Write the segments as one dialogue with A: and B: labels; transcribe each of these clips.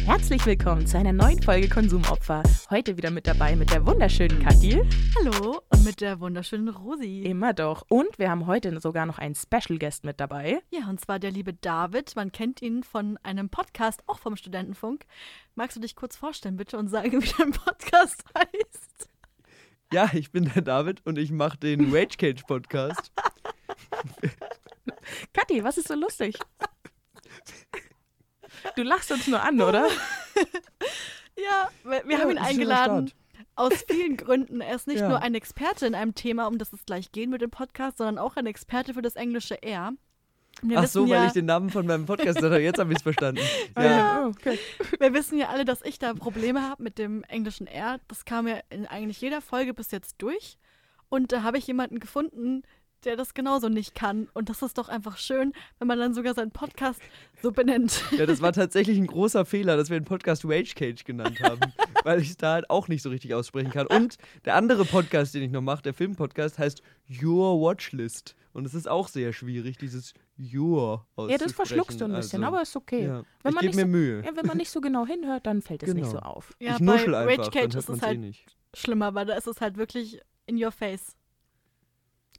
A: Herzlich willkommen zu einer neuen Folge Konsumopfer. Heute wieder mit dabei mit der wunderschönen Kathi.
B: Hallo und mit der wunderschönen Rosi.
A: Immer doch. Und wir haben heute sogar noch einen Special Guest mit dabei.
B: Ja, und zwar der liebe David. Man kennt ihn von einem Podcast, auch vom Studentenfunk. Magst du dich kurz vorstellen, bitte, und sagen, wie dein Podcast heißt?
C: Ja, ich bin der David und ich mache den Rage Cage Podcast.
A: Kathi, was ist so lustig? Du lachst uns nur an, oder?
B: Ja, wir, wir
C: Ja,
B: haben ihn
C: das ist ein
B: eingeladen.
C: Start.
B: Aus vielen Gründen. Er ist nicht
C: Ja.
B: nur ein Experte in einem Thema, um das es gleich gehen wird im Podcast, sondern auch ein Experte für das englische R. Wir
C: Ach
B: wissen
C: so, weil
B: ja,
C: ich den Namen von meinem Podcast hatte. Jetzt habe ich es verstanden. Ja.
A: Ah, okay.
B: Wir wissen ja alle, dass ich da Probleme habe mit dem englischen R. Das kam ja in eigentlich jeder Folge bis jetzt durch. Und da habe ich jemanden gefunden, der das genauso nicht kann. Und das ist doch einfach schön, wenn man dann sogar seinen Podcast so benennt.
C: ja, das war tatsächlich ein großer Fehler, dass wir den Podcast Rage Cage genannt haben, weil ich es da halt auch nicht so richtig aussprechen kann. Und der andere Podcast, den ich noch mache, der Filmpodcast, heißt Your Watchlist. Und es ist auch sehr schwierig, dieses Your auszusprechen.
A: Ja, das verschluckst du ein bisschen,
C: also,
A: aber ist okay.
C: Ja.
A: Wenn
C: ich
A: man
C: gebe
A: nicht
C: mir
A: so-
C: Mühe.
A: Ja, wenn man nicht so genau hinhört, dann fällt es nicht so
C: Genau.
A: auf.
B: Ja,
C: ich nuschel
B: bei
C: einfach,
B: Rage Cage
C: dann
B: ist
C: hört man
B: es
C: es eh
B: halt
C: nicht.
B: schlimmer, weil da ist es halt wirklich in your face.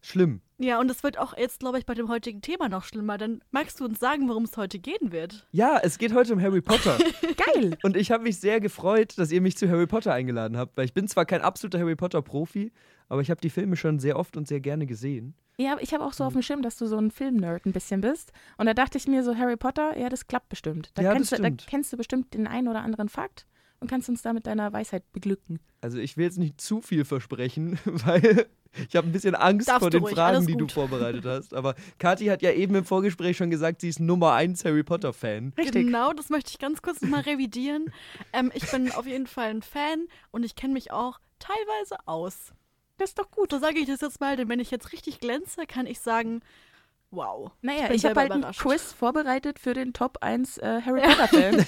C: Schlimm.
B: Ja, und es wird auch jetzt, glaube ich, bei dem heutigen Thema noch schlimmer. Dann magst du uns sagen, worum es heute gehen wird.
C: Ja, es geht heute um Harry Potter.
A: Geil!
C: Und ich habe mich sehr gefreut, dass ihr mich zu Harry Potter eingeladen habt, weil ich bin zwar kein absoluter Harry Potter Profi, aber ich habe die Filme schon sehr oft und sehr gerne gesehen.
A: Ja, ich habe auch so auf dem Schirm, dass du so ein Film-Nerd ein bisschen bist. Und da dachte ich mir so, Harry Potter, ja, das klappt bestimmt. Da,
C: Ja,
A: kennst,
C: das
A: du, da
C: stimmt.
A: kennst du bestimmt den einen oder anderen Fakt und kannst uns da mit deiner Weisheit beglücken.
C: Also ich will jetzt nicht zu viel versprechen, weil ich habe ein bisschen Angst
B: Darfst
C: vor
B: du
C: den
B: ruhig, alles
C: Fragen, die du
B: gut.
C: vorbereitet hast. Aber Kathi hat ja eben im Vorgespräch schon gesagt, sie ist Nummer 1 Harry Potter Fan.
A: Richtig.
B: Genau, das möchte ich ganz kurz nochmal revidieren. ähm, ich bin auf jeden Fall ein Fan und ich kenne mich auch teilweise aus.
A: Das ist doch gut.
B: So sage ich das jetzt mal, denn wenn ich jetzt richtig glänze, kann ich sagen, wow.
A: Naja,
B: bin
A: ich, habe
B: selber
A: halt einen
B: überrascht.
A: Quiz vorbereitet für den Top 1 äh, Harry Potter-Film.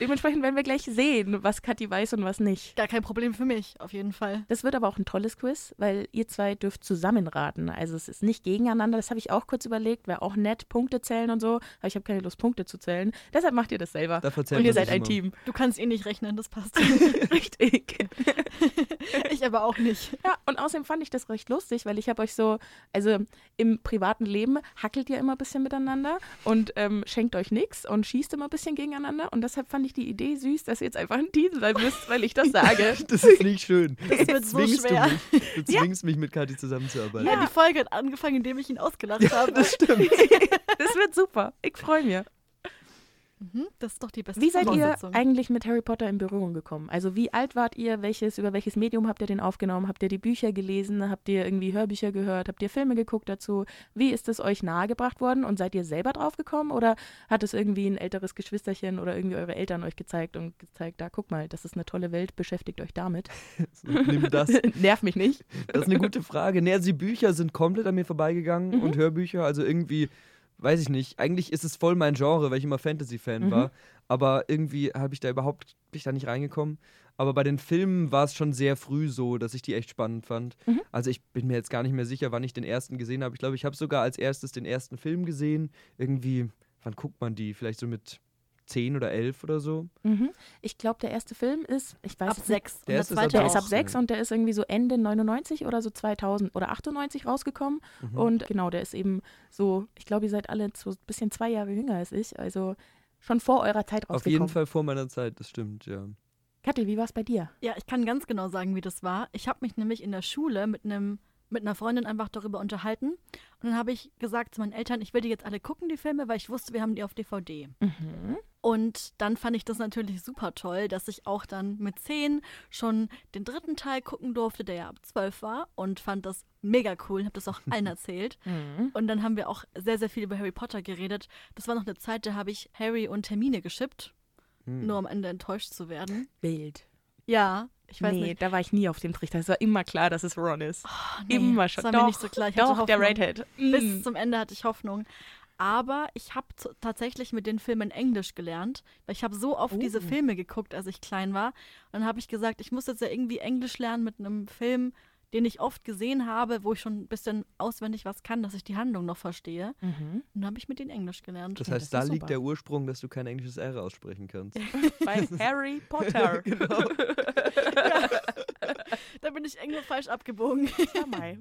A: Dementsprechend werden wir gleich sehen, was Kathi weiß und was nicht.
B: Gar kein Problem für mich, auf jeden Fall.
A: Das wird aber auch ein tolles Quiz, weil ihr zwei dürft zusammenraten. Also es ist nicht gegeneinander. Das habe ich auch kurz überlegt. Wäre auch nett, Punkte zählen und so. Aber ich habe keine Lust, Punkte zu zählen. Deshalb macht ihr das selber.
C: Da verzählt
A: und ihr
C: man
A: seid
C: sich
A: ein
C: immer.
A: Team.
B: Du kannst eh nicht rechnen, das passt.
A: Richtig.
B: ich aber auch nicht.
A: Ja, und außerdem fand ich das recht lustig, weil ich habe euch so, also im privaten Leben hackelt ihr immer ein bisschen miteinander und ähm, schenkt euch nichts und schießt immer ein bisschen gegeneinander. Und deshalb fand ich die Idee süß, dass ihr jetzt einfach ein Team sein müsst, weil ich das sage.
C: Das ist nicht schön.
B: Das wird so
C: zwingst
B: schwer.
C: Du, mich. du
A: Ja.
C: zwingst mich mit Kathi zusammenzuarbeiten.
B: Ja, die Folge hat angefangen, indem ich ihn ausgelacht habe. Das,
C: Stimmt.
A: Das wird super. Ich freue mich.
B: mhm, das ist doch die beste
A: Wie seid ihr
B: Voraussetzung.
A: eigentlich mit Harry Potter in Berührung gekommen? Also wie alt wart ihr? Welches, über welches Medium habt ihr den aufgenommen? Habt ihr die Bücher gelesen? Habt ihr irgendwie Hörbücher gehört? Habt ihr Filme geguckt dazu? Wie ist es euch nahegebracht worden und seid ihr selber draufgekommen? Oder hat es irgendwie ein älteres Geschwisterchen oder irgendwie eure Eltern euch gezeigt und gezeigt, da guck mal, das ist eine tolle Welt, beschäftigt euch damit.
C: So, nimm das.
A: Nerv mich nicht.
C: Das ist eine gute Frage. Nee, also die Bücher sind komplett an mir
A: Mhm.
C: vorbeigegangen und Hörbücher, also irgendwie, weiß ich nicht. Eigentlich ist es voll mein Genre, weil ich immer Fantasy-Fan
A: Mhm.
C: war. Aber irgendwie habe ich da überhaupt, bin ich da nicht reingekommen. Aber bei den Filmen war es schon sehr früh so, dass ich die echt spannend fand.
A: Mhm.
C: Also ich bin mir jetzt gar nicht mehr sicher, wann ich den ersten gesehen habe. Ich glaube, ich habe sogar als erstes den ersten Film gesehen. Irgendwie, wann guckt man die? Vielleicht so mit 10 oder 11 oder so.
A: Mhm. Ich glaube, der erste Film ist, ich weiß
B: Ab
A: es nicht,
B: sechs. Und
C: Der
B: der
C: erste ist
B: zweite
A: Der
C: aber
B: auch.
A: ist ab
C: auch
A: 6
C: so.
A: und der ist irgendwie so Ende 99 oder so 2000 oder 98 rausgekommen.
C: Mhm.
A: Und genau, der ist eben so, ich glaube, ihr seid alle so ein bisschen zwei Jahre jünger als ich. Also schon vor eurer Zeit
C: Auf
A: rausgekommen.
C: jeden Fall vor meiner Zeit, das stimmt, ja.
A: Kathi, wie war es bei dir?
B: Ja, ich kann ganz genau sagen, wie das war. Ich habe mich nämlich in der Schule mit einem mit einer Freundin einfach darüber unterhalten und dann habe ich gesagt zu meinen Eltern, ich will die jetzt alle gucken die Filme, weil ich wusste, wir haben die auf DVD.
A: Mhm.
B: Und dann fand ich das natürlich super toll, dass ich auch dann mit 10 schon den dritten Teil gucken durfte, der ja ab 12 war und fand das mega cool, habe das auch allen erzählt.
A: Mhm.
B: Und dann haben wir auch sehr, sehr viel über Harry Potter geredet. Das war noch eine Zeit, da habe ich Harry und Hermine geschippt,
C: Hm.
B: nur um am Ende enttäuscht zu werden.
A: Wild.
B: Ja, ich weiß
A: nee,
B: nicht. Oh,
A: da war ich Oh, nie auf dem Trichter. Es war immer klar, dass es Ron ist.
B: Nee,
A: immer schon.
B: Das war
A: doch,
B: mir nicht so klar. Ich hatte
A: doch der
B: Hoffnung.
A: Redhead.
B: Bis
A: Mm.
B: zum Ende hatte ich Hoffnung. Aber ich habe zu- tatsächlich mit den Filmen Englisch gelernt, weil ich habe so oft diese
A: Oh.
B: Filme geguckt, als ich klein war. Und dann habe ich gesagt, ich muss jetzt ja irgendwie Englisch lernen mit einem Film, den ich oft gesehen habe, wo ich schon ein bisschen auswendig was kann, dass ich die Handlung noch verstehe.
A: Mhm.
B: Und dann habe ich mit denen Englisch gelernt.
C: Das
A: Ja,
C: heißt,
A: das
C: da
A: ist
C: liegt
A: super.
C: der Ursprung, dass du kein englisches R aussprechen kannst.
A: Bei Harry Potter.
C: genau.
B: Da bin ich irgendwo falsch abgebogen.
A: Ja, mei.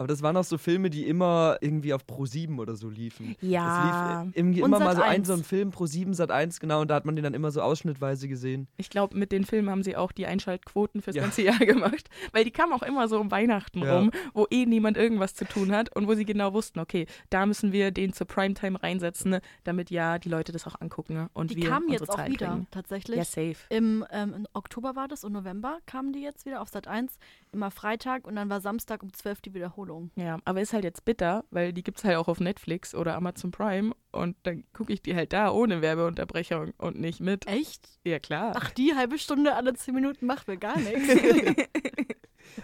C: Aber das waren auch so Filme, die immer irgendwie auf Pro 7 oder so liefen.
A: Ja.
C: Es lief irgendwie
B: Und
C: immer mal so ein
B: Sat.1.
C: so ein Film Pro 7 Sat 1 genau und da hat man den dann immer so ausschnittweise gesehen.
A: Ich glaube, mit den Filmen haben sie auch die Einschaltquoten fürs
C: Ja.
A: ganze Jahr gemacht. Weil die kamen auch immer so um Weihnachten
C: Ja.
A: rum, wo eh niemand irgendwas zu tun hat und wo sie genau wussten, okay, da müssen wir den zur Primetime reinsetzen, ne, damit ja die Leute das auch angucken ne, und
B: Die
A: wir
B: kamen
A: unsere
B: jetzt auch
A: Zahlen
B: wieder,
A: kriegen.
B: tatsächlich.
A: Ja, safe.
B: Im ähm, im Oktober war das und November kamen die jetzt wieder auf Sat 1, immer Freitag und dann war Samstag um 12 die Wiederholung.
A: Ja, aber ist halt jetzt bitter, weil die gibt's halt auch auf Netflix oder Amazon Prime und dann gucke ich die halt da ohne Werbeunterbrechung und nicht mit.
B: Echt?
A: Ja, klar.
B: Ach, die halbe Stunde alle 10 Minuten macht mir gar nichts.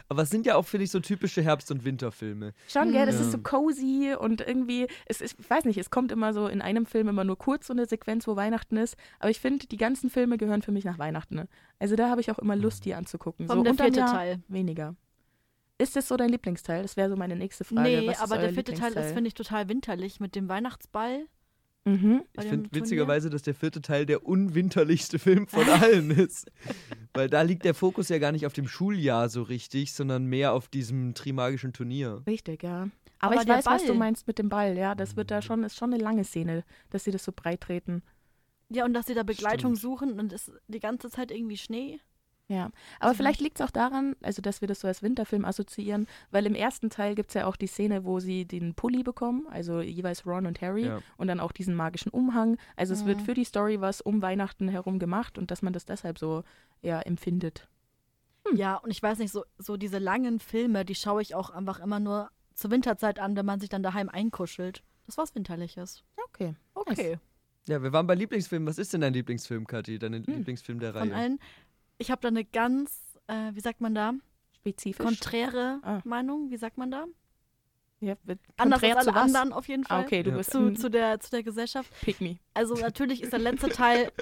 C: Aber es sind ja auch, finde ich, so typische Herbst- und Winterfilme.
A: Schon, gell, das
C: Ja.
A: ist so cozy und irgendwie, es ist, ich weiß nicht, es kommt immer so in einem Film immer nur kurz so eine Sequenz, wo Weihnachten ist, aber ich finde, die ganzen Filme gehören für mich nach Weihnachten. Ne? Also da habe ich auch immer Lust, die anzugucken.
B: Vom
A: so,
B: der
A: und dann
B: vierte
A: ja
B: Teil.
A: Weniger. Ist das so dein Lieblingsteil? Das wäre so meine nächste Frage.
B: nee,
A: Was ist
B: aber
A: euer
B: der vierte Teil ist,
A: Lieblingsteil?
B: finde ich, total winterlich mit dem Weihnachtsball.
A: Mhm.
B: Bei
C: ich
B: dem
C: finde witzigerweise, dass der vierte Teil der unwinterlichste Film von allen ist. Weil da liegt der Fokus ja gar nicht auf dem Schuljahr so richtig, sondern mehr auf diesem trimagischen Turnier.
A: Richtig, ja. Aber,
B: Aber
A: ich
B: der
A: weiß, was du
B: Ball.
A: meinst mit dem Ball, ja. Das wird da schon, ist schon eine lange Szene, dass sie das so breit treten.
B: Ja, und dass sie da Begleitung
C: Stimmt.
B: suchen und es die ganze Zeit irgendwie Schnee.
A: Ja. Aber
B: Mhm.
A: vielleicht liegt es auch daran, also dass wir das so als Winterfilm assoziieren, weil im ersten Teil gibt es ja auch die Szene, wo sie den Pulli bekommen, also jeweils Ron und Harry
C: Ja.
A: und dann auch diesen magischen Umhang. Also es wird
B: Mhm.
A: für die Story was um Weihnachten herum gemacht und dass man das deshalb so ja, empfindet.
B: Ja, und ich weiß nicht, so, so diese langen Filme, die schaue ich auch einfach immer nur zur Winterzeit an, wenn man sich dann daheim einkuschelt. Das was Winterliches.
A: Okay.
C: Ja, wir waren bei Lieblingsfilmen. Was ist denn dein Lieblingsfilm, Kathi? Dein
A: Hm.
C: Lieblingsfilm der
B: Von
C: Reihe?
B: allen. Ich habe da eine ganz, äh, wie sagt man da,
A: Spezifisch.
B: konträre
A: Ah.
B: Meinung, wie sagt man da?
A: ja, wird
B: Anders
A: konträr
B: als
A: zu
B: alle
A: was?
B: anderen auf jeden
A: Ah,
B: Fall.
A: okay, du
C: Ja.
A: bist
B: Zu,
A: ein
B: zu, der, zu der Gesellschaft.
A: Pick me.
B: Also natürlich ist der letzte Teil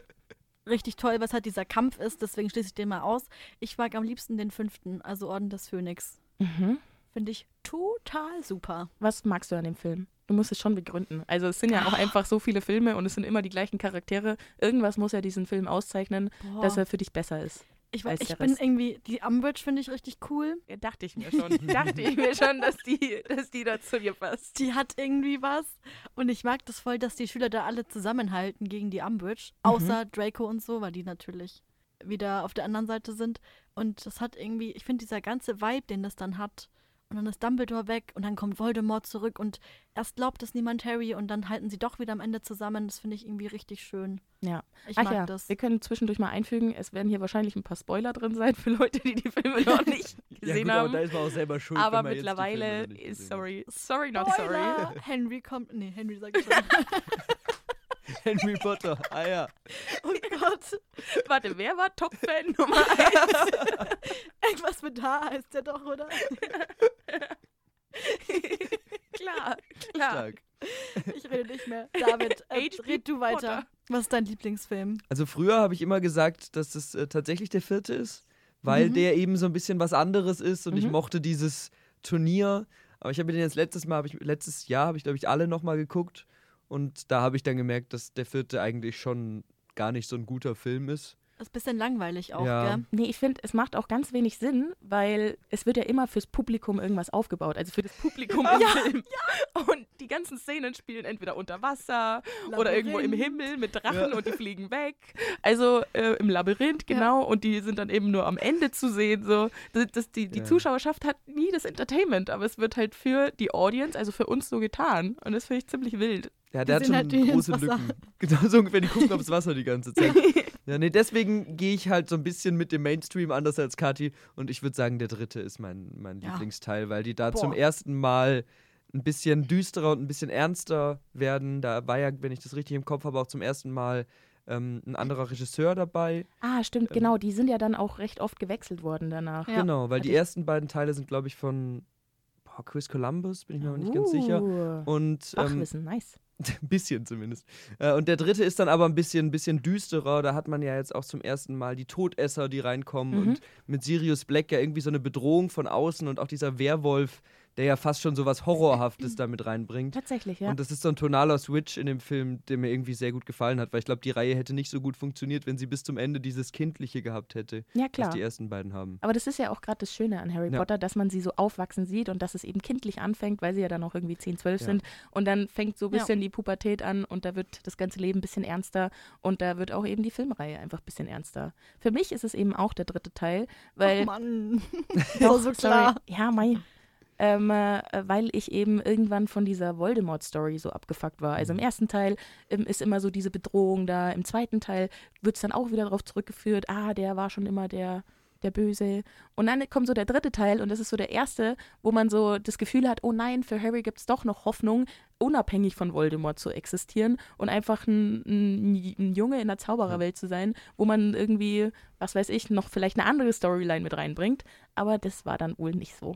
B: richtig toll, was halt dieser Kampf ist, deswegen schließe ich den mal aus. Ich mag am liebsten den fünften, also Orden des Phönix.
A: Mhm.
B: Finde ich total super.
A: Was magst du an dem Film? Du musst es schon begründen. Also es sind ja
B: Ah.
A: auch einfach so viele Filme und es sind immer die gleichen Charaktere. Irgendwas muss ja diesen Film auszeichnen,
B: Boah.
A: dass er für dich besser ist.
B: Ich,
A: als
B: weiß, ich
A: der
B: bin
A: Rest.
B: irgendwie, die Umbridge finde ich richtig cool.
A: dachte ich mir schon. dachte ich mir schon, dass die, dass die da zu dir passt.
B: Die hat irgendwie was. Und ich mag das voll, dass die Schüler da alle zusammenhalten gegen die Umbridge.
A: Mhm.
B: Außer Draco und so, weil die natürlich wieder auf der anderen Seite sind. Und das hat irgendwie, ich finde dieser ganze Vibe, den das dann hat. Und dann ist Dumbledore weg und dann kommt Voldemort zurück und erst glaubt es niemand Harry und dann halten sie doch wieder am Ende zusammen. Das finde ich irgendwie richtig schön.
A: Ja.
B: Ich
A: Ach
B: mag
A: ja,
B: das.
A: wir können zwischendurch mal einfügen, es werden hier wahrscheinlich ein paar Spoiler drin sein für Leute, die die Filme noch nicht
C: Ja,
A: gesehen
C: gut, aber da
A: haben.
C: ist man auch selber schuld.
A: Aber,
C: wenn man jetzt die
A: mittlerweile,
C: Filme noch nicht
A: ist-
C: gesehen hat.
A: sorry, sorry, not sorry.
B: Spoiler! Henry kommt. Nee, Henry sagt schon.
C: Henry Potter, ah ja.
B: oh Gott.
A: Warte, wer war Top-Fan Nummer
B: Irgendwas mit H heißt der doch, oder?
A: Klar, klar.
C: Stark.
B: Ich rede nicht mehr. David, äh,
A: H.P.
B: red du weiter.
A: Potter.
B: Was ist dein Lieblingsfilm?
C: Also früher habe ich immer gesagt, dass es äh, tatsächlich der vierte ist, weil
A: Mhm.
C: der eben so ein bisschen was anderes ist und ich mochte dieses Turnier. Aber ich habe mir den jetzt letztes Mal, habe ich, letztes Jahr habe ich, glaube ich, alle nochmal geguckt und da habe ich dann gemerkt, dass der vierte eigentlich schon gar nicht so ein guter Film ist.
B: Ist ein bisschen langweilig auch,
C: Ja.
B: gell?
A: Nee, ich finde, es macht auch ganz wenig Sinn, weil es wird ja immer fürs Publikum irgendwas aufgebaut, also für das Publikum im Film. Und die ganzen Szenen spielen entweder unter Wasser oder irgendwo im
B: Labyrinth.
A: Himmel mit Drachen und die fliegen weg. Also äh, im Labyrinth, genau, und die sind dann eben nur am Ende zu sehen. So. Das, das, die die
C: Ja.
A: Zuschauerschaft hat nie das Entertainment, aber es wird halt für die Audience, also für uns so getan. Und das finde ich ziemlich wild.
C: Ja, der
B: Die
C: hat
B: sind
C: schon
B: halt ins
C: große
B: Wasser.
C: Lücken. Genau so ungefähr, die gucken aufs Wasser die ganze Zeit. Ja, nee, deswegen gehe ich halt so ein bisschen mit dem Mainstream anders als Kathi und ich würde sagen, der dritte ist mein, mein
B: Ja.
C: Lieblingsteil, weil die da
B: Boah.
C: zum ersten Mal ein bisschen düsterer und ein bisschen ernster werden. Da war ja, wenn ich das richtig im Kopf habe, auch zum ersten Mal ähm, ein anderer Regisseur dabei.
A: Ah, stimmt, genau. Die sind ja dann auch recht oft gewechselt worden danach.
B: Ja.
C: Genau, weil
A: Hat
C: die
A: ich-
C: ersten beiden Teile sind, glaube ich, von boah, Chris Columbus, bin ich mir aber nicht ganz sicher.
A: Uh,
C: Und ähm,
A: Fachwissen, nice.
C: Ein bisschen zumindest. Äh, Und der dritte ist dann aber ein bisschen, ein bisschen düsterer. Da hat man ja jetzt auch zum ersten Mal die Todesser, die reinkommen.
A: Mhm.
C: Und mit Sirius Black ja irgendwie so eine Bedrohung von außen und auch dieser Werwolf, der ja fast schon so was Horrorhaftes damit reinbringt.
A: Tatsächlich, ja.
C: Und das ist so ein tonaler Switch in dem Film, der mir irgendwie sehr gut gefallen hat, weil ich glaube, die Reihe hätte nicht so gut funktioniert, wenn sie bis zum Ende dieses Kindliche gehabt hätte,
A: ja,
C: was
A: klar.
C: die ersten beiden haben.
A: Aber das ist ja auch gerade das Schöne an Harry
C: Mhm. Ja.
A: Potter, dass man sie so aufwachsen sieht und dass es eben kindlich anfängt, weil sie ja dann auch irgendwie 10, 12
C: Ja.
A: sind. Und dann fängt so ein
B: Ja.
A: bisschen die Pubertät an und da wird das ganze Leben ein bisschen ernster und da wird auch eben die Filmreihe einfach ein bisschen ernster. Für mich ist es eben auch der dritte Teil, weil.
B: Ach Oh Mann.
A: Doch,
B: so
A: sorry.
B: klar.
A: Ja, mein. Ähm, äh, weil ich eben irgendwann von dieser Voldemort-Story so abgefuckt war. Also im ersten Teil ähm, ist immer so diese Bedrohung da. Im zweiten Teil wird es dann auch wieder darauf zurückgeführt, ah, der war schon immer der, der Böse. Und dann kommt so der dritte Teil und das ist so der erste, wo man so das Gefühl hat, oh nein, für Harry gibt es doch noch Hoffnung, unabhängig von Voldemort zu existieren und einfach ein, ein, ein Junge in der Zaubererwelt zu sein, wo man irgendwie, was weiß ich, noch vielleicht eine andere Storyline mit reinbringt. Aber das war dann wohl nicht so.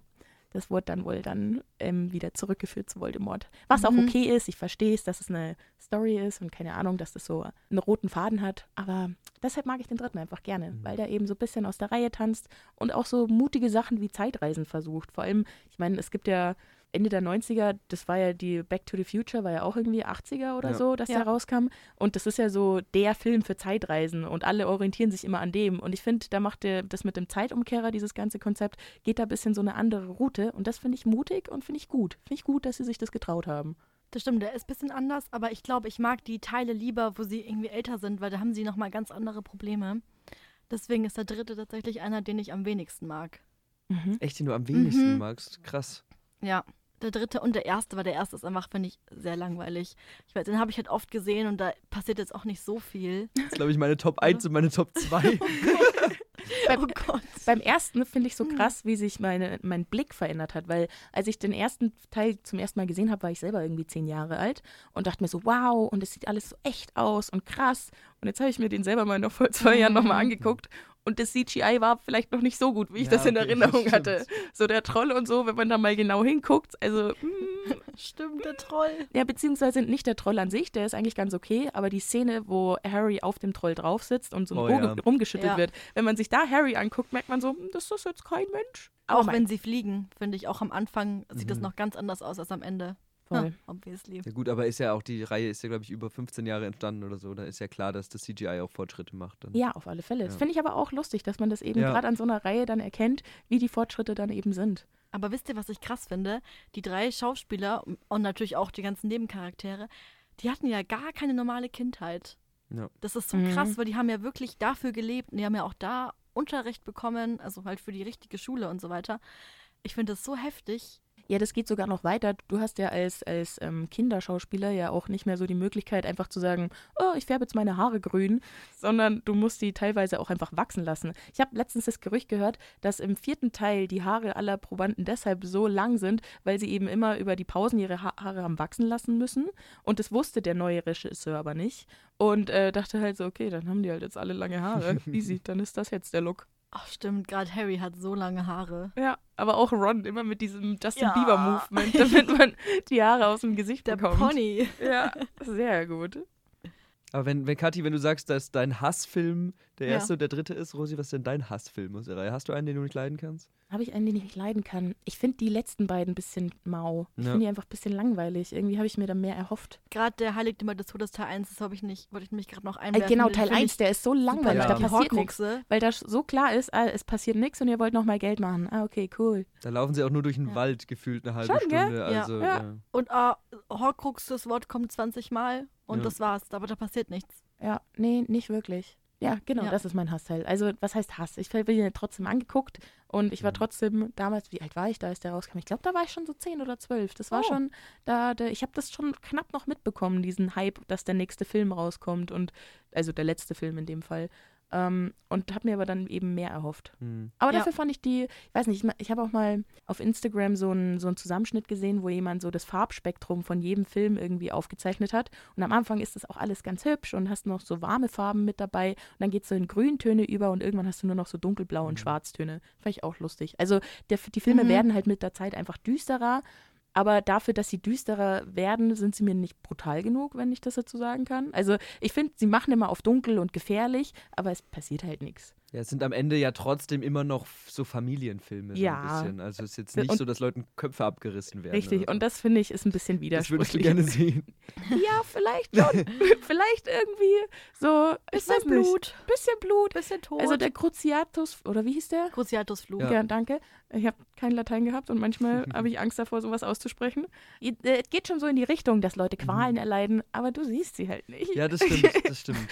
A: Das wurde dann wohl dann ähm, wieder zurückgeführt zu Voldemort. Was auch
B: Mhm.
A: okay ist, ich verstehe es, dass es eine Story ist und keine Ahnung, dass das so einen roten Faden hat. Aber deshalb mag ich den dritten einfach gerne,
C: Mhm.
A: weil der eben so ein bisschen aus der Reihe tanzt und auch so mutige Sachen wie Zeitreisen versucht. Vor allem, ich meine, es gibt ja Ende der 90er, das war ja die Back to the Future, war ja auch irgendwie 80er oder
C: Ja.
A: so, dass
B: Ja.
A: der rauskam. Und das ist ja so der Film für Zeitreisen und alle orientieren sich immer an dem. Und ich finde, da macht der, das mit dem Zeitumkehrer, dieses ganze Konzept, geht da ein bisschen so eine andere Route. Und das finde ich mutig und finde ich gut. Finde ich gut, dass sie sich das getraut haben.
B: Das stimmt, der ist ein bisschen anders, aber ich glaube, ich mag die Teile lieber, wo sie irgendwie älter sind, weil da haben sie nochmal ganz andere Probleme. Deswegen ist der dritte tatsächlich einer, den ich am wenigsten mag.
A: Mhm.
C: Echt, den du am wenigsten
B: Mhm.
C: magst? Krass.
B: Ja, der dritte und der erste, weil der erste ist einfach, finde ich, sehr langweilig. Ich weiß, den habe ich halt oft gesehen und da passiert jetzt auch nicht so viel.
C: Das ist, glaube ich, meine Top 1 und meine Top 2.
A: Beim-
B: oh Gott.
A: Beim ersten finde ich so
C: Hm.
A: krass, wie sich meine, mein Blick verändert hat, weil als ich den ersten Teil zum ersten Mal gesehen habe, war ich selber irgendwie zehn Jahre alt und dachte mir so, wow, und es sieht alles so echt aus und krass. Und jetzt habe ich mir den selber mal noch vor zwei Jahren nochmal angeguckt und das CGI war vielleicht noch nicht so gut, wie ich
C: Hm. Ja,
A: das in
C: okay,
A: Erinnerung
C: stimmt.
A: hatte. So der Troll und so, wenn man da mal genau hinguckt, also
B: Stimmt, der Troll.
A: ja, beziehungsweise nicht der Troll an sich, der ist eigentlich ganz okay, aber die Szene, wo Harry auf dem Troll drauf sitzt und so
C: Oh,
A: rum-
C: ja.
A: rumgeschüttelt
B: Ja.
A: wird, wenn man sich da Harry anguckt, merkt man so, hm, das ist jetzt kein Mensch.
B: Auch
A: mein-
B: wenn sie fliegen, finde ich, auch am Anfang sieht das
C: Mhm.
B: noch ganz anders aus als am Ende.
A: Voll.
B: Ha, obviously.
C: Ja gut, aber ist ja auch, die Reihe ist ja, glaube ich, über 15 Jahre entstanden oder so. Da ist ja klar, dass das CGI auch Fortschritte macht. Dann.
A: Ja, auf alle Fälle. Das
C: Ja.
A: finde ich aber auch lustig, dass man das eben
C: Ja.
A: gerade an so einer Reihe dann erkennt, wie die Fortschritte dann eben sind.
B: Aber wisst ihr, was ich krass finde? Die drei Schauspieler und natürlich auch die ganzen Nebencharaktere, die hatten ja gar keine normale Kindheit.
C: Ja.
B: Das ist so
A: Mhm.
B: krass, weil die haben ja wirklich dafür gelebt und die haben ja auch da Unterricht bekommen, also halt für die richtige Schule und so weiter. Ich finde das so heftig.
A: Ja, das geht sogar noch weiter. Du hast ja als, als ähm, Kinderschauspieler ja auch nicht mehr so die Möglichkeit, einfach zu sagen, oh, ich färbe jetzt meine Haare grün, sondern du musst die teilweise auch einfach wachsen lassen. Ich habe letztens das Gerücht gehört, dass im vierten Teil die Haare aller Probanden deshalb so lang sind, weil sie eben immer über die Pausen ihre ha Haare haben wachsen lassen müssen. Und das wusste der neue Regisseur aber nicht. Und äh, dachte halt so, okay, dann haben die halt jetzt alle lange Haare. Easy, dann ist das jetzt der Look.
B: Ach stimmt, gerade Harry hat so lange Haare.
A: Ja, aber auch Ron immer mit diesem Justin
B: Ja.
A: Bieber Movement, damit man die Haare aus dem Gesicht
B: Der
A: bekommt.
B: Pony.
A: Ja, sehr gut.
C: Aber wenn, wenn Kathi, wenn du sagst, dass dein Hassfilm der
B: Ja.
C: erste und der dritte ist, Rosi, was ist denn dein Hassfilm aus der Reihe? Hast du einen, den du nicht leiden kannst?
A: Habe ich einen, den ich nicht leiden kann. Ich finde die letzten beiden ein bisschen mau. Ich
C: Ja.
A: finde die einfach ein bisschen langweilig. Irgendwie habe ich mir da mehr erhofft.
B: Gerade der Heiligte Mal des Todes Teil 1, das habe ich nicht, wollte ich mich gerade noch
A: Äh,
B: einwerfen.
A: genau,
B: Den
A: Teil
B: finde ich
A: 1, der ist so
B: super,
A: langweilig,
C: Ja.
A: da
B: die
A: passiert nichts.
B: Horcruxe.
A: Weil da so klar ist, ah, es passiert nichts und ihr wollt nochmal Geld machen. Ah, okay, cool.
C: Da laufen sie auch nur durch den
B: Ja.
C: Wald gefühlt eine halbe
A: Schon, gell?
C: Stunde.
B: Ja.
C: Also,
A: Ja.
C: ja.
B: Und äh, Horcrux, das Wort kommt 20 Mal und
C: Ja.
B: das war's. Aber da passiert nichts.
A: Ja, nee, nicht wirklich. Ja, genau,
B: Ja.
A: das ist mein Hassteil. Also, was heißt Hass? Ich bin ja trotzdem angeguckt und ich war
C: Mhm.
A: trotzdem damals, wie alt war ich da, als der rauskam? Ich glaube, da war ich schon so 10 oder 12. Das war
B: Oh.
A: schon, da, da ich habe das schon knapp noch mitbekommen, diesen Hype, dass der nächste Film rauskommt und, also der letzte Film in dem Fall. Ähm, und habe mir aber dann eben mehr erhofft.
C: Hm.
A: Aber
B: Ja.
A: dafür fand ich die, ich weiß nicht, ich, ma- ich habe auch mal auf Instagram so einen, so einen Zusammenschnitt gesehen, wo jemand so das Farbspektrum von jedem Film irgendwie aufgezeichnet hat. Und am Anfang ist das auch alles ganz hübsch und hast noch so warme Farben mit dabei. Und dann geht es so in Grüntöne über und irgendwann hast du nur noch so dunkelblau und Schwarztöne. Fand ich auch lustig. Also der, die Filme
B: Mhm.
A: werden halt mit der Zeit einfach düsterer. Aber dafür, dass sie düsterer werden, sind sie mir nicht brutal genug, wenn ich das dazu sagen kann. Also ich finde, sie machen immer auf dunkel und gefährlich, aber es passiert halt nichts.
C: Ja, es sind am Ende ja trotzdem immer noch f- so Familienfilme so
A: Ja.
C: ein bisschen. Also es ist jetzt nicht
A: Und-
C: so, dass Leuten Köpfe abgerissen werden.
A: Richtig,
C: oder so.
A: und das finde ich ist ein bisschen
C: ne? das würdest du
A: widersprüchlich.
C: gerne sehen.
A: ja, vielleicht schon. vielleicht irgendwie so, ich
B: Bisschen
A: weiß nicht,
B: Blut,
A: bisschen Blut.
B: bisschen Tod.
A: Also der Cruciatus, oder wie hieß der?
B: Cruciatusflug.
A: Ja, danke. Ich habe kein Latein gehabt und manchmal habe ich Angst davor, sowas auszusprechen. I- äh, Es geht schon so in die Richtung, dass Leute Qualen erleiden, aber du siehst sie halt nicht.
C: Mhm. Ja, das stimmt, das stimmt.